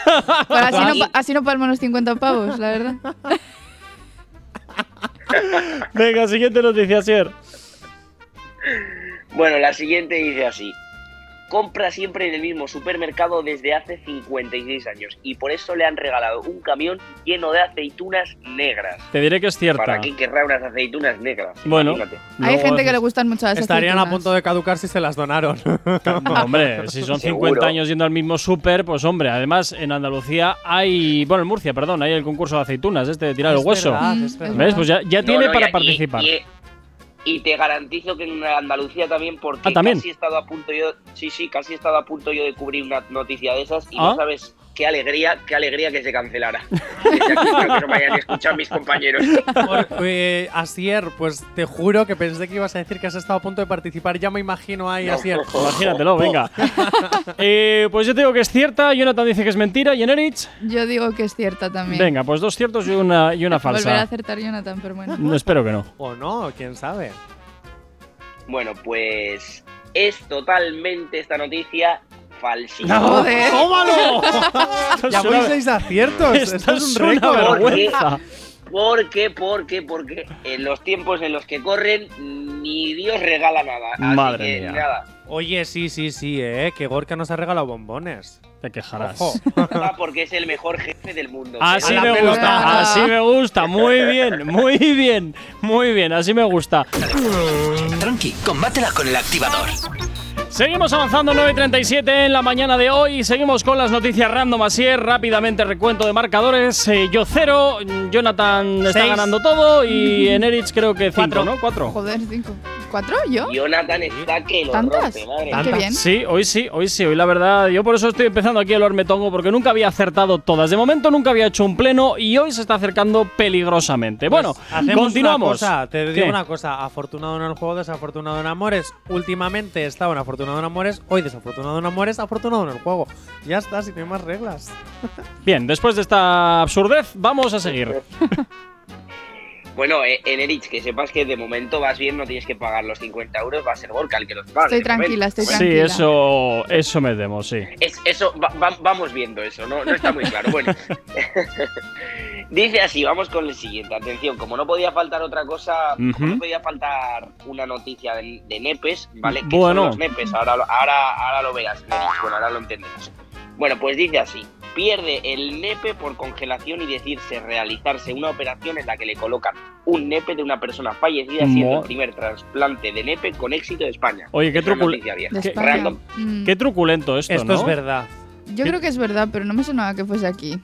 Speaker 6: Pero así, no, pa- así no palmo los 50 pavos, la verdad.
Speaker 3: Venga, siguiente noticia, Sier.
Speaker 7: Bueno, la siguiente dice así. Compra siempre en el mismo supermercado desde hace 56 años y por eso le han regalado un camión lleno de aceitunas negras.
Speaker 3: Te diré que es cierta.
Speaker 7: ¿Para qué querrá unas aceitunas negras?
Speaker 3: Bueno.
Speaker 7: Imagínate.
Speaker 6: Hay
Speaker 3: Luego-
Speaker 6: gente que le gustan mucho las
Speaker 4: Estarían a
Speaker 6: aceitunas.
Speaker 4: punto de caducar si se las donaron.
Speaker 3: Bueno, hombre, si son 50
Speaker 7: Seguro.
Speaker 3: años yendo al mismo súper, pues hombre, además en Andalucía hay, bueno, en Murcia, perdón, hay el concurso de aceitunas, este de tirar el
Speaker 4: Es
Speaker 3: hueso.
Speaker 4: verdad,
Speaker 6: Mm,
Speaker 4: es
Speaker 6: es
Speaker 4: verdad.
Speaker 3: ¿Ves? Pues ya, ya
Speaker 7: No,
Speaker 3: tiene
Speaker 7: no,
Speaker 3: para
Speaker 7: y-
Speaker 3: participar.
Speaker 7: Y, y te garantizo que en Andalucía también, porque
Speaker 3: Ah, ¿también?
Speaker 7: casi he estado a punto yo, sí, sí, casi he estado a punto yo de cubrir una noticia de esas y
Speaker 3: ¿Ah?
Speaker 7: no sabes qué alegría, qué alegría que se cancelara. Desde aquí espero que no me hayan escuchado mis compañeros.
Speaker 4: Por- eh, Asier, pues te juro que pensé que ibas a decir que has estado a punto de participar. Ya me imagino ahí, Asier.
Speaker 3: Imagínatelo, venga. Eh, pues yo te digo que es cierta, Jonathan dice que es mentira, y Enerich,
Speaker 6: Yo digo que es cierta también.
Speaker 3: venga, pues dos ciertos y una, y una
Speaker 6: Volver a
Speaker 3: falsa.
Speaker 6: acertar Jonathan, pero bueno.
Speaker 3: No, espero que no.
Speaker 4: O no, quién sabe.
Speaker 7: Bueno, pues es totalmente esta noticia falsísima.
Speaker 6: Joder.
Speaker 3: ¡Tómalo! Esto
Speaker 4: Ya
Speaker 3: es
Speaker 4: voy
Speaker 3: una-
Speaker 4: seis aciertos.
Speaker 3: esto
Speaker 4: Esto es un
Speaker 3: una
Speaker 4: récord.
Speaker 3: vergüenza.
Speaker 7: Porque, porque, porque en los tiempos en los que corren, ni Dios regala nada. Así
Speaker 3: Madre
Speaker 7: que,
Speaker 3: mía.
Speaker 7: nada.
Speaker 4: Oye, sí, sí, sí, eh. Que Gorka nos ha regalado bombones.
Speaker 3: Te quejarás.
Speaker 4: Ojo.
Speaker 7: Ah, porque es el mejor jefe del mundo.
Speaker 3: Así
Speaker 4: A la
Speaker 3: me
Speaker 4: pelota.
Speaker 3: gusta, así me gusta, muy bien, muy bien, muy bien, así me gusta.
Speaker 2: Tranqui, combátela con el activador.
Speaker 3: Seguimos avanzando 9.37 en la mañana de hoy. Seguimos con las noticias random así es. Rápidamente recuento de marcadores. Eh, yo cero, Jonathan está
Speaker 4: Seis.
Speaker 3: ganando todo y Enerich creo que cinco, ¿no? Cuatro.
Speaker 6: Joder, cinco. ¿Cuatro? ¿Yo?
Speaker 7: Jonathan está que lo
Speaker 6: ¿Tantas?
Speaker 7: rompe, madre
Speaker 6: Qué
Speaker 7: mía.
Speaker 4: Tantas.
Speaker 6: bien.
Speaker 3: Sí, hoy sí, hoy sí, hoy la verdad. Yo por eso estoy empezando aquí a hablarme tongo porque nunca había acertado todas. De momento nunca había hecho un pleno y hoy se está acercando peligrosamente. Bueno,
Speaker 4: Pues Hacemos
Speaker 3: continuamos.
Speaker 4: Una cosa, te digo
Speaker 3: ¿Qué?
Speaker 4: una cosa, afortunado en el juego, desafortunado en amores. Últimamente estaba en afortunado en amores, hoy desafortunado en amores, afortunado en el juego. Ya está, si no hay más reglas.
Speaker 3: Bien, después de esta absurdez, vamos a seguir.
Speaker 7: Bueno, eh, Enerich, que sepas que de momento vas bien, no tienes que pagar los 50 euros, va a ser Gorka el que los pague.
Speaker 6: Estoy
Speaker 7: de
Speaker 6: tranquila,
Speaker 7: momento.
Speaker 6: estoy
Speaker 3: Sí,
Speaker 6: tranquila.
Speaker 3: eso, eso me temo, sí.
Speaker 7: Es- eso, va- va- vamos viendo eso, no, no está muy claro. Bueno, dice así, vamos con el siguiente. Atención, como no podía faltar otra cosa, como
Speaker 3: Ujú.
Speaker 7: no podía faltar una noticia de, de nepes, ¿vale? Que
Speaker 3: Bueno.
Speaker 7: son los nepes, ahora, lo- ahora, ahora lo veas, Enerich, bueno, ahora lo entenderás. Bueno, pues dice así. Pierde el nepe por congelación y decirse realizarse una operación en la que le colocan un nepe de una persona fallecida siendo
Speaker 3: Mo-
Speaker 7: el primer trasplante de nepe con éxito de España.
Speaker 3: Oye, qué
Speaker 7: Es una
Speaker 3: trucul-
Speaker 7: noticia vieja.
Speaker 6: De
Speaker 3: Qué-
Speaker 6: España.
Speaker 7: random.
Speaker 6: Mm,
Speaker 3: Qué truculento esto,
Speaker 4: Esto,
Speaker 3: ¿no?
Speaker 4: es verdad.
Speaker 6: Yo creo que es verdad, pero no me sonaba que fuese aquí.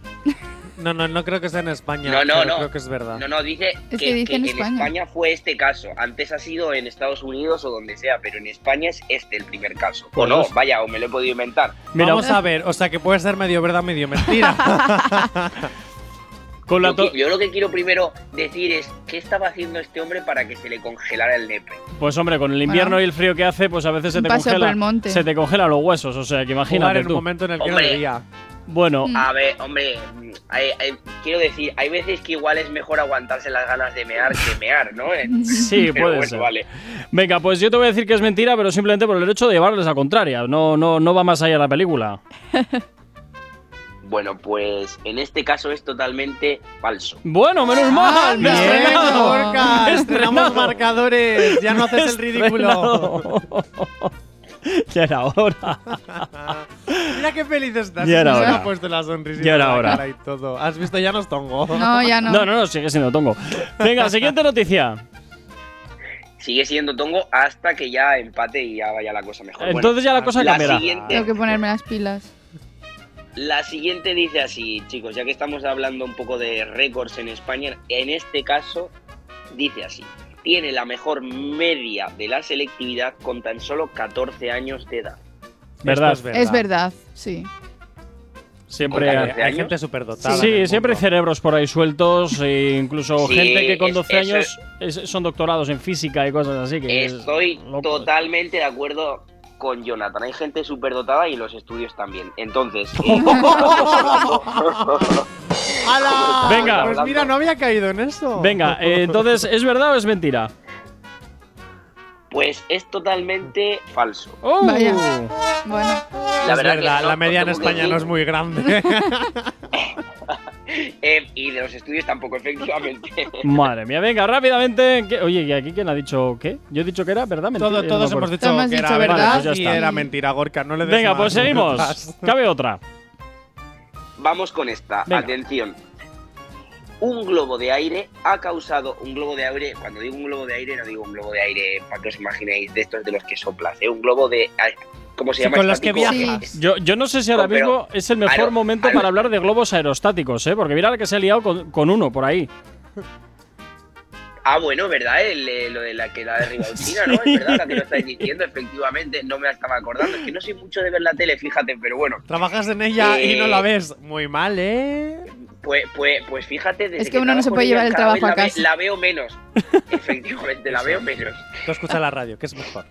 Speaker 4: No, no, no creo que sea en España.
Speaker 7: No, no,
Speaker 4: pero
Speaker 7: no.
Speaker 4: Creo que es verdad.
Speaker 7: No, no, dice
Speaker 6: Es
Speaker 7: que,
Speaker 6: que dice
Speaker 7: que
Speaker 6: en
Speaker 7: en,
Speaker 6: España.
Speaker 7: España. fue este caso. Antes ha sido en Estados Unidos o donde sea, pero en España es este el primer caso.
Speaker 3: Pues
Speaker 7: o no,
Speaker 3: los-
Speaker 7: vaya, o me lo he podido inventar.
Speaker 3: Mira,
Speaker 4: Vamos a ver, o sea que puede ser medio verdad, medio mentira.
Speaker 3: con la
Speaker 7: Yo,
Speaker 3: to-
Speaker 7: qui- yo lo que quiero primero decir es qué estaba haciendo este hombre para que se le congelara el nepe.
Speaker 3: Pues homre, con el invierno
Speaker 6: Bueno.
Speaker 3: y el frío que hace, pues a veces se
Speaker 6: Un
Speaker 3: te
Speaker 6: paseo por
Speaker 3: congela.
Speaker 6: el monte.
Speaker 3: Se te congelan los huesos, o sea que
Speaker 4: Jugar
Speaker 3: imagínate
Speaker 4: en un
Speaker 3: tú.
Speaker 4: momento en el que
Speaker 7: Hombre.
Speaker 4: no debía.
Speaker 3: Bueno,
Speaker 6: Mm.
Speaker 7: A ver, hombre, mm, hay- hay- quiero decir, hay veces que igual es mejor aguantarse las ganas de mear que mear, ¿no? Eh,
Speaker 3: sí,
Speaker 7: pero
Speaker 3: puede
Speaker 7: bueno,
Speaker 3: ser.
Speaker 7: vale.
Speaker 6: Mm.
Speaker 3: Venga, pues yo te voy a decir que es mentira, pero simplemente por el hecho de llevarles a contraria. No, no, no va más allá la película.
Speaker 7: Bueno, pues en este caso es totalmente falso.
Speaker 3: Bueno,
Speaker 6: Ah,
Speaker 3: menos mal. Me he
Speaker 4: Bien,
Speaker 3: estrenado.
Speaker 4: Gorka,
Speaker 3: Me he
Speaker 4: estrenamos
Speaker 3: estrenado.
Speaker 4: marcadores. Ya no
Speaker 3: Me he
Speaker 4: haces el ridículo.
Speaker 3: estrenado. ya era hora.
Speaker 4: Mira qué feliz estás.
Speaker 3: Ya era
Speaker 4: Se me
Speaker 3: hora.
Speaker 4: ha puesto la sonrisa.
Speaker 3: Ya era
Speaker 4: en la
Speaker 3: hora.
Speaker 4: cara y todo. Has visto, ya nos tongo.
Speaker 6: No, ya no.
Speaker 3: No, no, no, sigue siendo tongo. Venga, siguiente noticia.
Speaker 7: Sigue siendo tongo hasta que ya empate y ya vaya la cosa mejor. Bueno,
Speaker 3: Entonces ya la cosa
Speaker 7: la
Speaker 3: cambiará.
Speaker 7: siguiente-
Speaker 6: Tengo que ponerme las pilas.
Speaker 7: La siguiente dice así, chicos, ya que estamos hablando un poco de récords en España, en este caso dice así. Tiene la mejor media de la selectividad con tan solo 14 años de edad.
Speaker 3: ¿Verdad?
Speaker 6: Es verdad, sí.
Speaker 3: Siempre
Speaker 7: Porque
Speaker 4: Eh, Hay, hay gente superdotada. en
Speaker 3: Sí,
Speaker 4: el
Speaker 3: siempre hay
Speaker 4: mundo.
Speaker 3: cerebros por ahí sueltos, e incluso
Speaker 7: Sí,
Speaker 3: gente que con
Speaker 7: es-
Speaker 3: 12
Speaker 7: eso
Speaker 3: años es- son doctorados en física y cosas así. Que es
Speaker 7: Estoy
Speaker 3: loco.
Speaker 7: totalmente de acuerdo con Jonathan. Hay gente superdotada y los estudios también. Entonces,
Speaker 4: ¡Hala!
Speaker 3: Venga.
Speaker 4: Pues mira, no había caído en eso.
Speaker 3: Venga, eh, entonces, ¿es verdad o es mentira?
Speaker 7: pues es totalmente falso.
Speaker 3: ¡Oh!
Speaker 6: Vaya. Bueno,
Speaker 7: La
Speaker 4: es
Speaker 7: verdad
Speaker 4: verdad,
Speaker 7: que no-
Speaker 4: la media en
Speaker 7: no tengo que
Speaker 4: España no es
Speaker 7: decir.
Speaker 4: muy grande.
Speaker 7: Eh, y de los estudios tampoco, efectivamente.
Speaker 3: Madre mía, venga, rápidamente. ¿Qué- Oye, ¿y aquí quién ha dicho qué? Yo he dicho que era, ¿verdad? Mentira,
Speaker 4: Todo-
Speaker 3: yo no me
Speaker 4: todos
Speaker 3: acuerdo.
Speaker 4: hemos dicho
Speaker 6: Hemos
Speaker 4: que era
Speaker 6: dicho
Speaker 4: verdad
Speaker 3: verdad.
Speaker 4: y
Speaker 3: Ya está.
Speaker 4: era mentira, Gorka. No le des
Speaker 3: Venga,
Speaker 4: más
Speaker 3: pues seguimos.
Speaker 4: vueltas.
Speaker 3: Cabe otra.
Speaker 7: Vamos con esta,
Speaker 3: Venga.
Speaker 7: atención. Un globo de aire ha causado un globo de aire, cuando digo un globo de aire no digo un globo de aire para que os imaginéis de estos de los que soplas, ¿eh? un globo de aire, ¿cómo se
Speaker 4: Sí,
Speaker 7: llama?
Speaker 4: con los que
Speaker 7: Estático.
Speaker 6: viajas.
Speaker 3: Yo, yo no sé si ahora
Speaker 7: No, pero-
Speaker 3: mismo es el mejor
Speaker 7: aero-
Speaker 3: momento
Speaker 7: aero-
Speaker 3: para hablar de globos aerostáticos, ¿eh? Porque mira la que se ha liado con, con uno por ahí.
Speaker 7: Ah, bueno, ¿verdad? El, eh, lo de la que la ha derribado China, ¿no? Es verdad la que lo estáis diciendo, efectivamente, no me la estaba acordando, es que no soy mucho de ver la tele, fíjate, pero bueno,
Speaker 4: Trabajas en ella y no
Speaker 7: Eh.
Speaker 4: la ves. Muy mal, ¿eh?
Speaker 7: pues, pues, pues fíjate... desde
Speaker 6: Es que uno no se
Speaker 7: trabajo
Speaker 6: puede
Speaker 7: en ella,
Speaker 6: llevar el
Speaker 7: cada vez
Speaker 6: trabajo a
Speaker 7: la ve-
Speaker 6: casa.
Speaker 7: La veo menos, efectivamente, la veo menos,
Speaker 4: Tú escuchas la radio, que es mejor.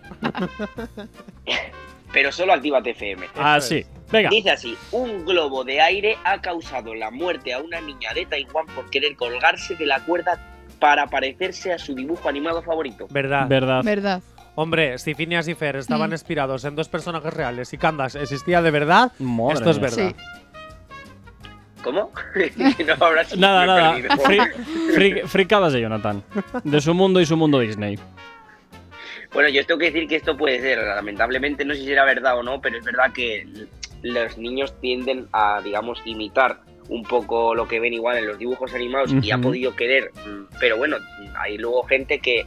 Speaker 7: pero solo actívate FM.
Speaker 3: Así. Ah, Venga.
Speaker 7: Dice así, un globo de aire ha causado la muerte a una niña de Taiwán por querer colgarse de la cuerda para parecerse a su dibujo animado favorito.
Speaker 4: Verdad.
Speaker 3: Verdad.
Speaker 6: verdad.
Speaker 4: Hombre, si Phineas y Fer estaban
Speaker 6: Mm.
Speaker 4: inspirados en dos personajes reales y Candace existía de verdad,
Speaker 3: Madre
Speaker 4: esto es
Speaker 3: mía.
Speaker 4: verdad.
Speaker 7: ¿Cómo? no habrá sido
Speaker 3: Nada,
Speaker 7: muy
Speaker 3: nada.
Speaker 7: perdido.
Speaker 3: Fri- fri- fricadas de Jonathan. De su mundo y su mundo Disney.
Speaker 7: Bueno, yo os tengo que decir que esto puede ser, lamentablemente no sé si será verdad o no, pero es verdad que l- los niños tienden a, digamos, imitar un poco lo que ven igual en los dibujos animados y ha
Speaker 3: Ujú.
Speaker 7: podido querer, mm, pero bueno, hay luego gente que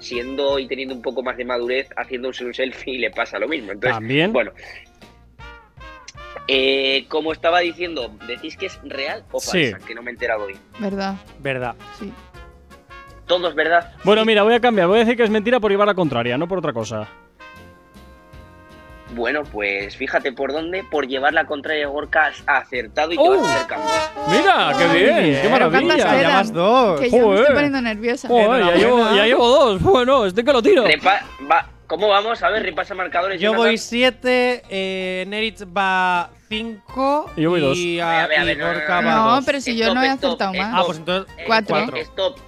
Speaker 7: siendo y teniendo un poco más de madurez, haciéndose un selfie le pasa lo mismo. Entonces,
Speaker 3: También.
Speaker 7: Bueno. Eh, como estaba diciendo, ¿decís que es real o
Speaker 3: Sí.
Speaker 7: falsa? Que no me he enterado bien.
Speaker 6: Verdad,
Speaker 4: Verdad.
Speaker 6: sí.
Speaker 7: Todo es verdad.
Speaker 3: Bueno, mira, voy a cambiar. Voy a decir que es mentira por llevar la contraria, no por otra cosa.
Speaker 7: Bueno, pues fíjate por dónde, por llevar la contraria Gorka has acertado y te
Speaker 3: ¡Oh!
Speaker 7: vas acercando.
Speaker 3: Mira, qué
Speaker 6: Muy
Speaker 3: bien, qué
Speaker 4: Bien,
Speaker 3: maravilla.
Speaker 6: ¿cuántas
Speaker 4: Ya
Speaker 6: quedan?
Speaker 4: vas dos.
Speaker 6: Que yo me
Speaker 3: Joder.
Speaker 6: estoy poniendo nerviosa.
Speaker 3: Joder, ya, llevo, ya llevo dos. Bueno, este- estoy que lo tiro.
Speaker 7: Repa- va- ¿Cómo vamos? A ver, repasa marcadores.
Speaker 4: Yo
Speaker 7: Jonathan.
Speaker 4: voy 7, eh, Neritz va 5
Speaker 3: Y yo voy dos.
Speaker 4: y,
Speaker 7: A ver, a
Speaker 4: y
Speaker 7: ver, no, no, no,
Speaker 4: Gorka
Speaker 7: no,
Speaker 4: va
Speaker 7: no.
Speaker 4: dos.
Speaker 6: No, pero si yo
Speaker 7: Stop,
Speaker 6: no he
Speaker 7: stop,
Speaker 6: acertado
Speaker 7: stop.
Speaker 4: Ah,
Speaker 6: más.
Speaker 4: pues entonces
Speaker 7: Eh,
Speaker 6: Cuatro.
Speaker 7: stop, Stop,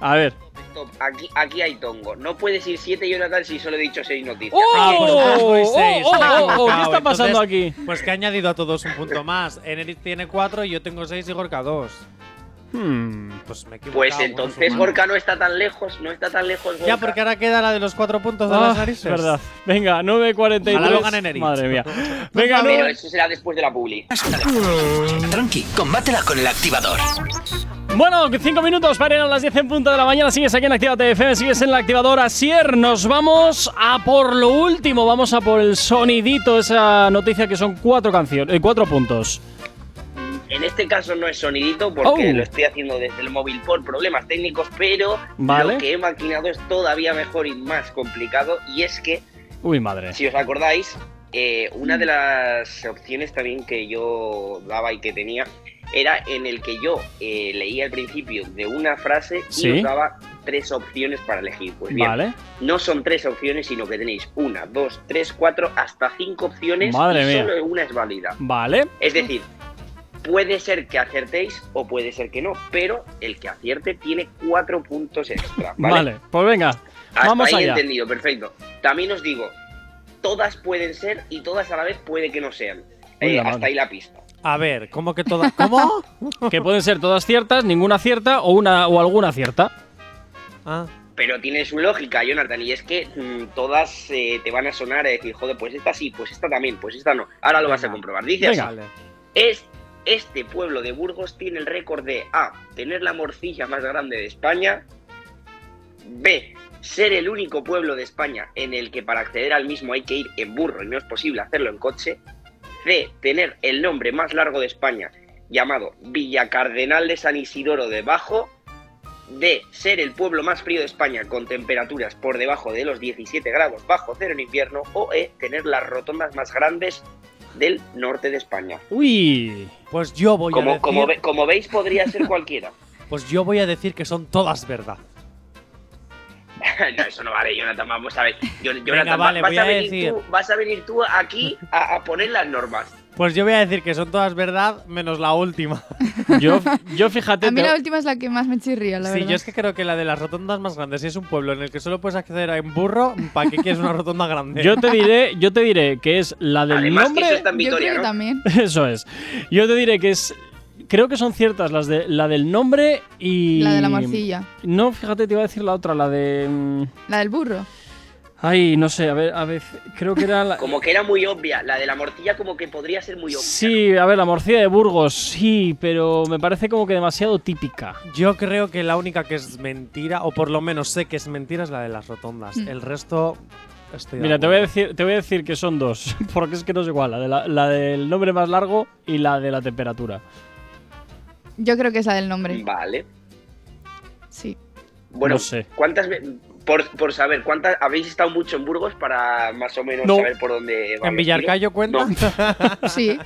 Speaker 3: A ver.
Speaker 7: stop. Aquí, aquí hay tongo. No puedes ir 7 Jonathan si solo he dicho 6 noticias.
Speaker 3: ¡Oh!
Speaker 4: Ah, pues entonces voy
Speaker 3: ¡Oh,
Speaker 4: seis,
Speaker 3: oh,
Speaker 4: me he
Speaker 3: oh, oh!
Speaker 4: equivocado.
Speaker 3: ¿Qué está pasando
Speaker 4: Entonces,
Speaker 3: aquí?
Speaker 4: Pues que he añadido a todos un punto más. Enerit tiene 4 y yo tengo 6 y Gorka 2.
Speaker 3: Hmm.
Speaker 4: Pues me he equivocado.
Speaker 7: Pues
Speaker 4: bueno,
Speaker 7: entonces
Speaker 4: suma.
Speaker 7: Gorka no está tan lejos, no está tan lejos.
Speaker 4: Ya,
Speaker 7: Gorka.
Speaker 4: porque ahora queda la de los 4 puntos de
Speaker 3: Ah,
Speaker 4: las narices.
Speaker 3: es verdad. Venga, 9.43.
Speaker 4: Ojalá lo gane Neritz.
Speaker 3: Madre mía. Venga,
Speaker 7: Ah, Pero
Speaker 3: nueve-
Speaker 7: eso será después de la publi.
Speaker 2: Tranqui, combátela con el activador.
Speaker 3: Bueno, 5 minutos para ir a las 10 en punto de la mañana. Sigues aquí en Actívate FM, sigues en la activadora Sier. Nos vamos a por lo último. Vamos a por el sonidito, esa noticia que son cuatro canciones, eh, cuatro puntos.
Speaker 7: En este caso no es sonidito porque
Speaker 3: Oh.
Speaker 7: lo estoy haciendo desde el móvil por problemas técnicos, pero
Speaker 3: Vale.
Speaker 7: lo que he maquinado es todavía mejor y más complicado y es que,
Speaker 3: Uy, madre.
Speaker 7: si os acordáis, eh, una
Speaker 3: Mm.
Speaker 7: de las opciones también que yo daba y que tenía era en el que yo eh, leía al principio de una frase y
Speaker 3: Sí.
Speaker 7: os daba tres opciones para elegir. Pues bien,
Speaker 3: Vale.
Speaker 7: no son tres opciones, sino que tenéis una, dos, tres, cuatro, hasta cinco opciones
Speaker 3: Madre
Speaker 7: y
Speaker 3: mía.
Speaker 7: solo una es válida.
Speaker 3: Vale.
Speaker 7: Es decir, puede ser que acertéis o puede ser que no, pero el que acierte tiene cuatro puntos extra. Vale,
Speaker 3: Vale, pues venga,
Speaker 7: Hasta
Speaker 3: vamos
Speaker 7: ahí
Speaker 3: allá.
Speaker 7: entendido, perfecto. También os digo, todas pueden ser y todas a la vez puede que no sean.
Speaker 3: Uy,
Speaker 7: Eh,
Speaker 3: la madre.
Speaker 7: hasta ahí la pista.
Speaker 4: A ver, ¿cómo que todas? ¿Cómo?
Speaker 3: Que pueden ser todas ciertas, ninguna cierta o una o alguna cierta.
Speaker 4: Ah,
Speaker 7: Pero tiene su lógica, Jonathan, y es que mm, todas eh, te van a sonar a decir, joder, pues esta sí, pues esta también, pues esta no. Ahora lo vas a
Speaker 4: Venga.
Speaker 7: comprobar. Dice así.
Speaker 4: vale.
Speaker 7: Es, este pueblo de Burgos tiene el récord de A. Tener la morcilla más grande de España. B. Ser el único pueblo de España en el que para acceder al mismo hay que ir en burro y no es posible hacerlo en coche. C. Tener el nombre más largo de España, llamado Villa Cardenal de San Isidoro de Bajo. D. Ser el pueblo más frío de España con temperaturas por debajo de los 17 grados bajo cero en invierno. O E. Tener las rotondas más grandes del norte de España.
Speaker 3: Uy.
Speaker 4: Pues yo voy a
Speaker 7: Como,
Speaker 4: decir,
Speaker 7: como, ve- como veis, podría ser cualquiera.
Speaker 4: pues yo voy a decir que son todas verdad.
Speaker 7: no, eso no vale, Jonathan. Vamos a ver. Yo- Jonathan, va-
Speaker 4: vale,
Speaker 7: vas,
Speaker 4: voy
Speaker 7: a
Speaker 4: a
Speaker 7: venir
Speaker 4: decir.
Speaker 7: tú, vas a venir tú aquí a, a poner las normas.
Speaker 4: Pues yo voy a decir que son todas verdad menos la última.
Speaker 3: Yo, yo
Speaker 7: pues,
Speaker 3: fíjate.
Speaker 6: A mí
Speaker 3: te-
Speaker 6: la última es la que más me chirría, la
Speaker 4: sí,
Speaker 6: verdad.
Speaker 4: yo es que creo que la de las rotondas más grandes, si es un pueblo en el que solo puedes acceder a en burro, ¿para qué quieres una rotonda grande?
Speaker 3: yo te diré, yo te diré que es la del
Speaker 7: Además, que
Speaker 3: nombre.
Speaker 7: eso está en
Speaker 6: Yo
Speaker 7: Vitoria,
Speaker 6: creo que
Speaker 7: ¿no?
Speaker 6: también.
Speaker 3: Eso es. Yo te diré que es. Creo que son ciertas las de la del nombre y.
Speaker 6: La de la morcilla.
Speaker 3: No, fíjate, te iba a decir la otra, la de. mm,
Speaker 6: La del burro.
Speaker 3: Ay, no sé, a ver, a ver. Creo que era la.
Speaker 7: Como que era muy obvia. La de la morcilla, como que podría ser muy obvia.
Speaker 3: Sí, a ver, la morcilla de Burgos, sí, pero me parece como que demasiado típica.
Speaker 4: Yo creo que la única que es mentira, o por lo menos sé que es mentira, es la de las rotondas.
Speaker 6: Mm.
Speaker 4: El resto. Estoy de
Speaker 3: Mira, te voy, a
Speaker 4: acuerdo.
Speaker 3: decir, te voy a decir que son dos, porque es que no es igual, la, de la, la del nombre más largo y la de la temperatura.
Speaker 6: Yo creo que es la del nombre.
Speaker 7: Vale.
Speaker 6: Sí.
Speaker 7: Bueno,
Speaker 3: No sé.
Speaker 7: ¿cuántas ve- por, por saber, ¿cuántas habéis estado mucho en Burgos para más o menos
Speaker 3: No.
Speaker 7: saber por dónde va
Speaker 4: ¿En
Speaker 7: el tiro?
Speaker 4: Villarcayo cuenta?
Speaker 7: No.
Speaker 6: Sí.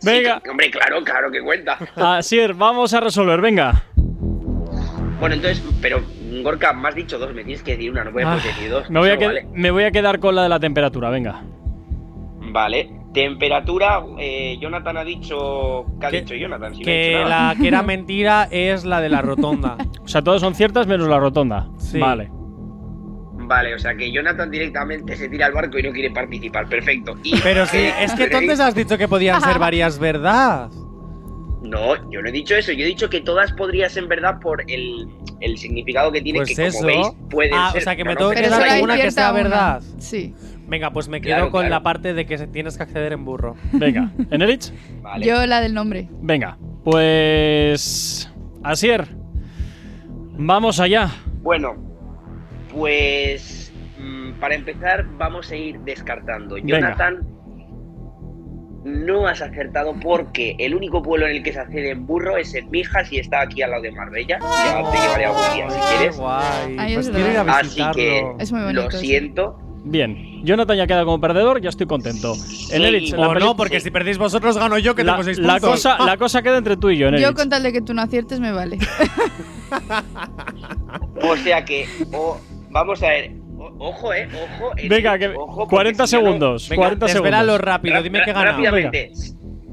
Speaker 7: Sí,
Speaker 3: Venga.
Speaker 7: que- hombre, claro, claro que cuenta.
Speaker 3: Así es, vamos a resolver, venga.
Speaker 7: Bueno, entonces, pero Gorka, me has dicho dos, me tienes que decir una, no puedes
Speaker 3: Ah,
Speaker 7: decir dos.
Speaker 3: me, voy a
Speaker 7: Eso
Speaker 3: qued-
Speaker 7: no vale.
Speaker 3: me voy a quedar con la de la temperatura, venga.
Speaker 7: Vale. Temperatura, eh, Jonathan ha dicho. ¿Qué ha
Speaker 4: Que-
Speaker 7: dicho Jonathan? Si no ha
Speaker 4: que
Speaker 7: dicho nada.
Speaker 4: la que era mentira es la de la rotonda.
Speaker 3: O sea, todas son ciertas menos la rotonda.
Speaker 4: Sí.
Speaker 3: Vale.
Speaker 7: Vale, o sea que Jonathan directamente se tira al barco y no quiere participar. Perfecto. Y,
Speaker 4: Pero sí,
Speaker 7: eh,
Speaker 4: es que
Speaker 7: Frederic-
Speaker 4: entonces has dicho que podían ser varias verdad.
Speaker 7: No, yo no he dicho eso. Yo he dicho que todas podrías en verdad por el, el significado que tiene
Speaker 4: Pues
Speaker 7: que,
Speaker 4: eso.
Speaker 7: como veis, pueden
Speaker 4: Ah, o
Speaker 7: ser.
Speaker 4: sea, que me
Speaker 7: no,
Speaker 4: tengo
Speaker 7: no,
Speaker 4: que
Speaker 6: Pero
Speaker 4: quedar
Speaker 6: solo
Speaker 7: pero-
Speaker 6: hay
Speaker 4: alguna que
Speaker 6: cierta
Speaker 4: sea
Speaker 6: una.
Speaker 4: verdad.
Speaker 6: Sí.
Speaker 4: Venga, pues me quedo
Speaker 7: Claro,
Speaker 4: con
Speaker 7: claro.
Speaker 4: la parte de que se- tienes que acceder en burro.
Speaker 3: Venga. ¿Enerich?
Speaker 7: Vale.
Speaker 6: Yo la del nombre.
Speaker 3: Venga. Pues. Asier. Vamos allá.
Speaker 7: Bueno, pues mm, para empezar vamos a ir descartando.
Speaker 3: Venga.
Speaker 7: Jonathan, no has acertado porque el único pueblo en el que se accede en burro es en Mijas y está aquí al lado de Marbella. Ya te llevaré algún día si
Speaker 4: Qué
Speaker 7: quieres.
Speaker 4: guay.
Speaker 6: Ahí
Speaker 4: pues
Speaker 6: es
Speaker 4: quiero ir a
Speaker 7: verdad. Así que-
Speaker 4: visitarlo.
Speaker 6: Es muy bonito.
Speaker 7: Lo
Speaker 6: sí.
Speaker 7: siento.
Speaker 3: Bien. Jonathan ya queda como perdedor, ya estoy contento. Enerich, la
Speaker 4: O
Speaker 3: peli-
Speaker 4: no, porque si perdéis vosotros gano yo que
Speaker 3: la,
Speaker 4: tengo seis
Speaker 3: la
Speaker 4: puntos.
Speaker 3: cosa, la cosa queda entre tú y yo, Enerich.
Speaker 6: Yo con tal de que tú no aciertes me vale.
Speaker 7: O sea que o- vamos a ver. O- ojo, eh, ojo. eh,
Speaker 3: Venga, que
Speaker 7: ojo, porque
Speaker 3: 40
Speaker 7: si no-
Speaker 3: segundos.
Speaker 4: Venga,
Speaker 3: 40
Speaker 4: desvélalo
Speaker 3: segundos.
Speaker 4: rápido,
Speaker 7: Ra-
Speaker 4: dime
Speaker 7: ra-
Speaker 4: que gana.
Speaker 7: Rápidamente.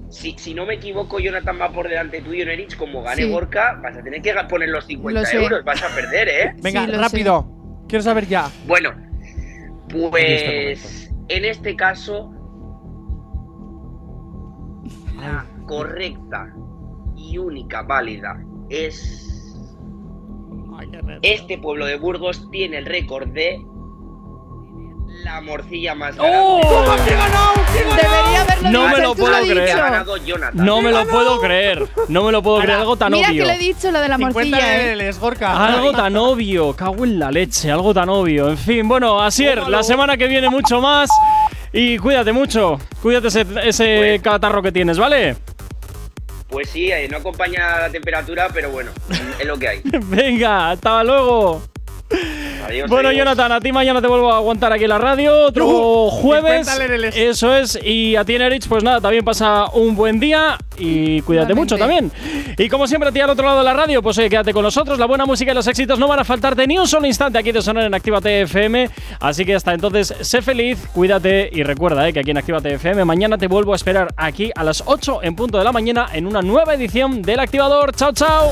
Speaker 7: Si, si no me equivoco, Jonathan va por delante tuyo, Nerich. Como gane
Speaker 6: Sí.
Speaker 7: Gorka, vas a tener que ga- poner los 50
Speaker 6: Lo sé.
Speaker 7: euros. Vas a perder, ¿eh?
Speaker 4: Venga,
Speaker 6: Sí, lo
Speaker 4: rápido. Quiero saber ya.
Speaker 7: Bueno,
Speaker 4: En
Speaker 7: pues en este caso, la correcta y única válida es. Este pueblo de Burgos tiene el récord de. La morcilla más grande.
Speaker 6: Debería haberlo
Speaker 3: ¡Oh! No
Speaker 6: dicho,
Speaker 3: me lo
Speaker 6: tú
Speaker 3: puedo
Speaker 6: has
Speaker 7: Que
Speaker 3: creer.
Speaker 7: ha
Speaker 6: dicho.
Speaker 7: ganado Jonathan.
Speaker 3: No me lo puedo creer. No me lo puedo creer. Algo tan
Speaker 6: Mira
Speaker 3: obvio.
Speaker 6: que le he dicho la de la
Speaker 4: 50
Speaker 6: morcilla, ¿eh?
Speaker 4: LLs,
Speaker 7: Ah,
Speaker 4: Gorka.
Speaker 3: Algo tan obvio, cago en la leche, algo tan obvio. En fin, bueno, Asier, la semana que viene mucho más y cuídate mucho. Cuídate ese, ese
Speaker 7: Pues-
Speaker 3: catarro que tienes, ¿vale?
Speaker 7: Pues sí, eh, no acompaña la temperatura, pero bueno, es lo que hay.
Speaker 3: Venga, hasta luego.
Speaker 7: Adiós,
Speaker 3: Bueno,
Speaker 7: adiós.
Speaker 3: Jonathan, a ti mañana te vuelvo a aguantar aquí en la radio. Otro
Speaker 4: Yujú,
Speaker 3: jueves.
Speaker 4: 50 lereles.
Speaker 3: Eso es. Y a ti, Nerich, pues nada, también pasa un buen día y cuídate
Speaker 6: Igualmente.
Speaker 3: mucho también. Y como siempre, a ti al otro lado de la radio, pues oye, quédate con nosotros. La buena música y los éxitos no van a faltarte ni un solo instante aquí de sonar en Activa FM. Así que hasta entonces, sé feliz, cuídate y recuerda eh, que aquí en Activa FM mañana te vuelvo a esperar aquí a las 8 en punto de la mañana en una nueva edición del Activador. ¡Chao, chao!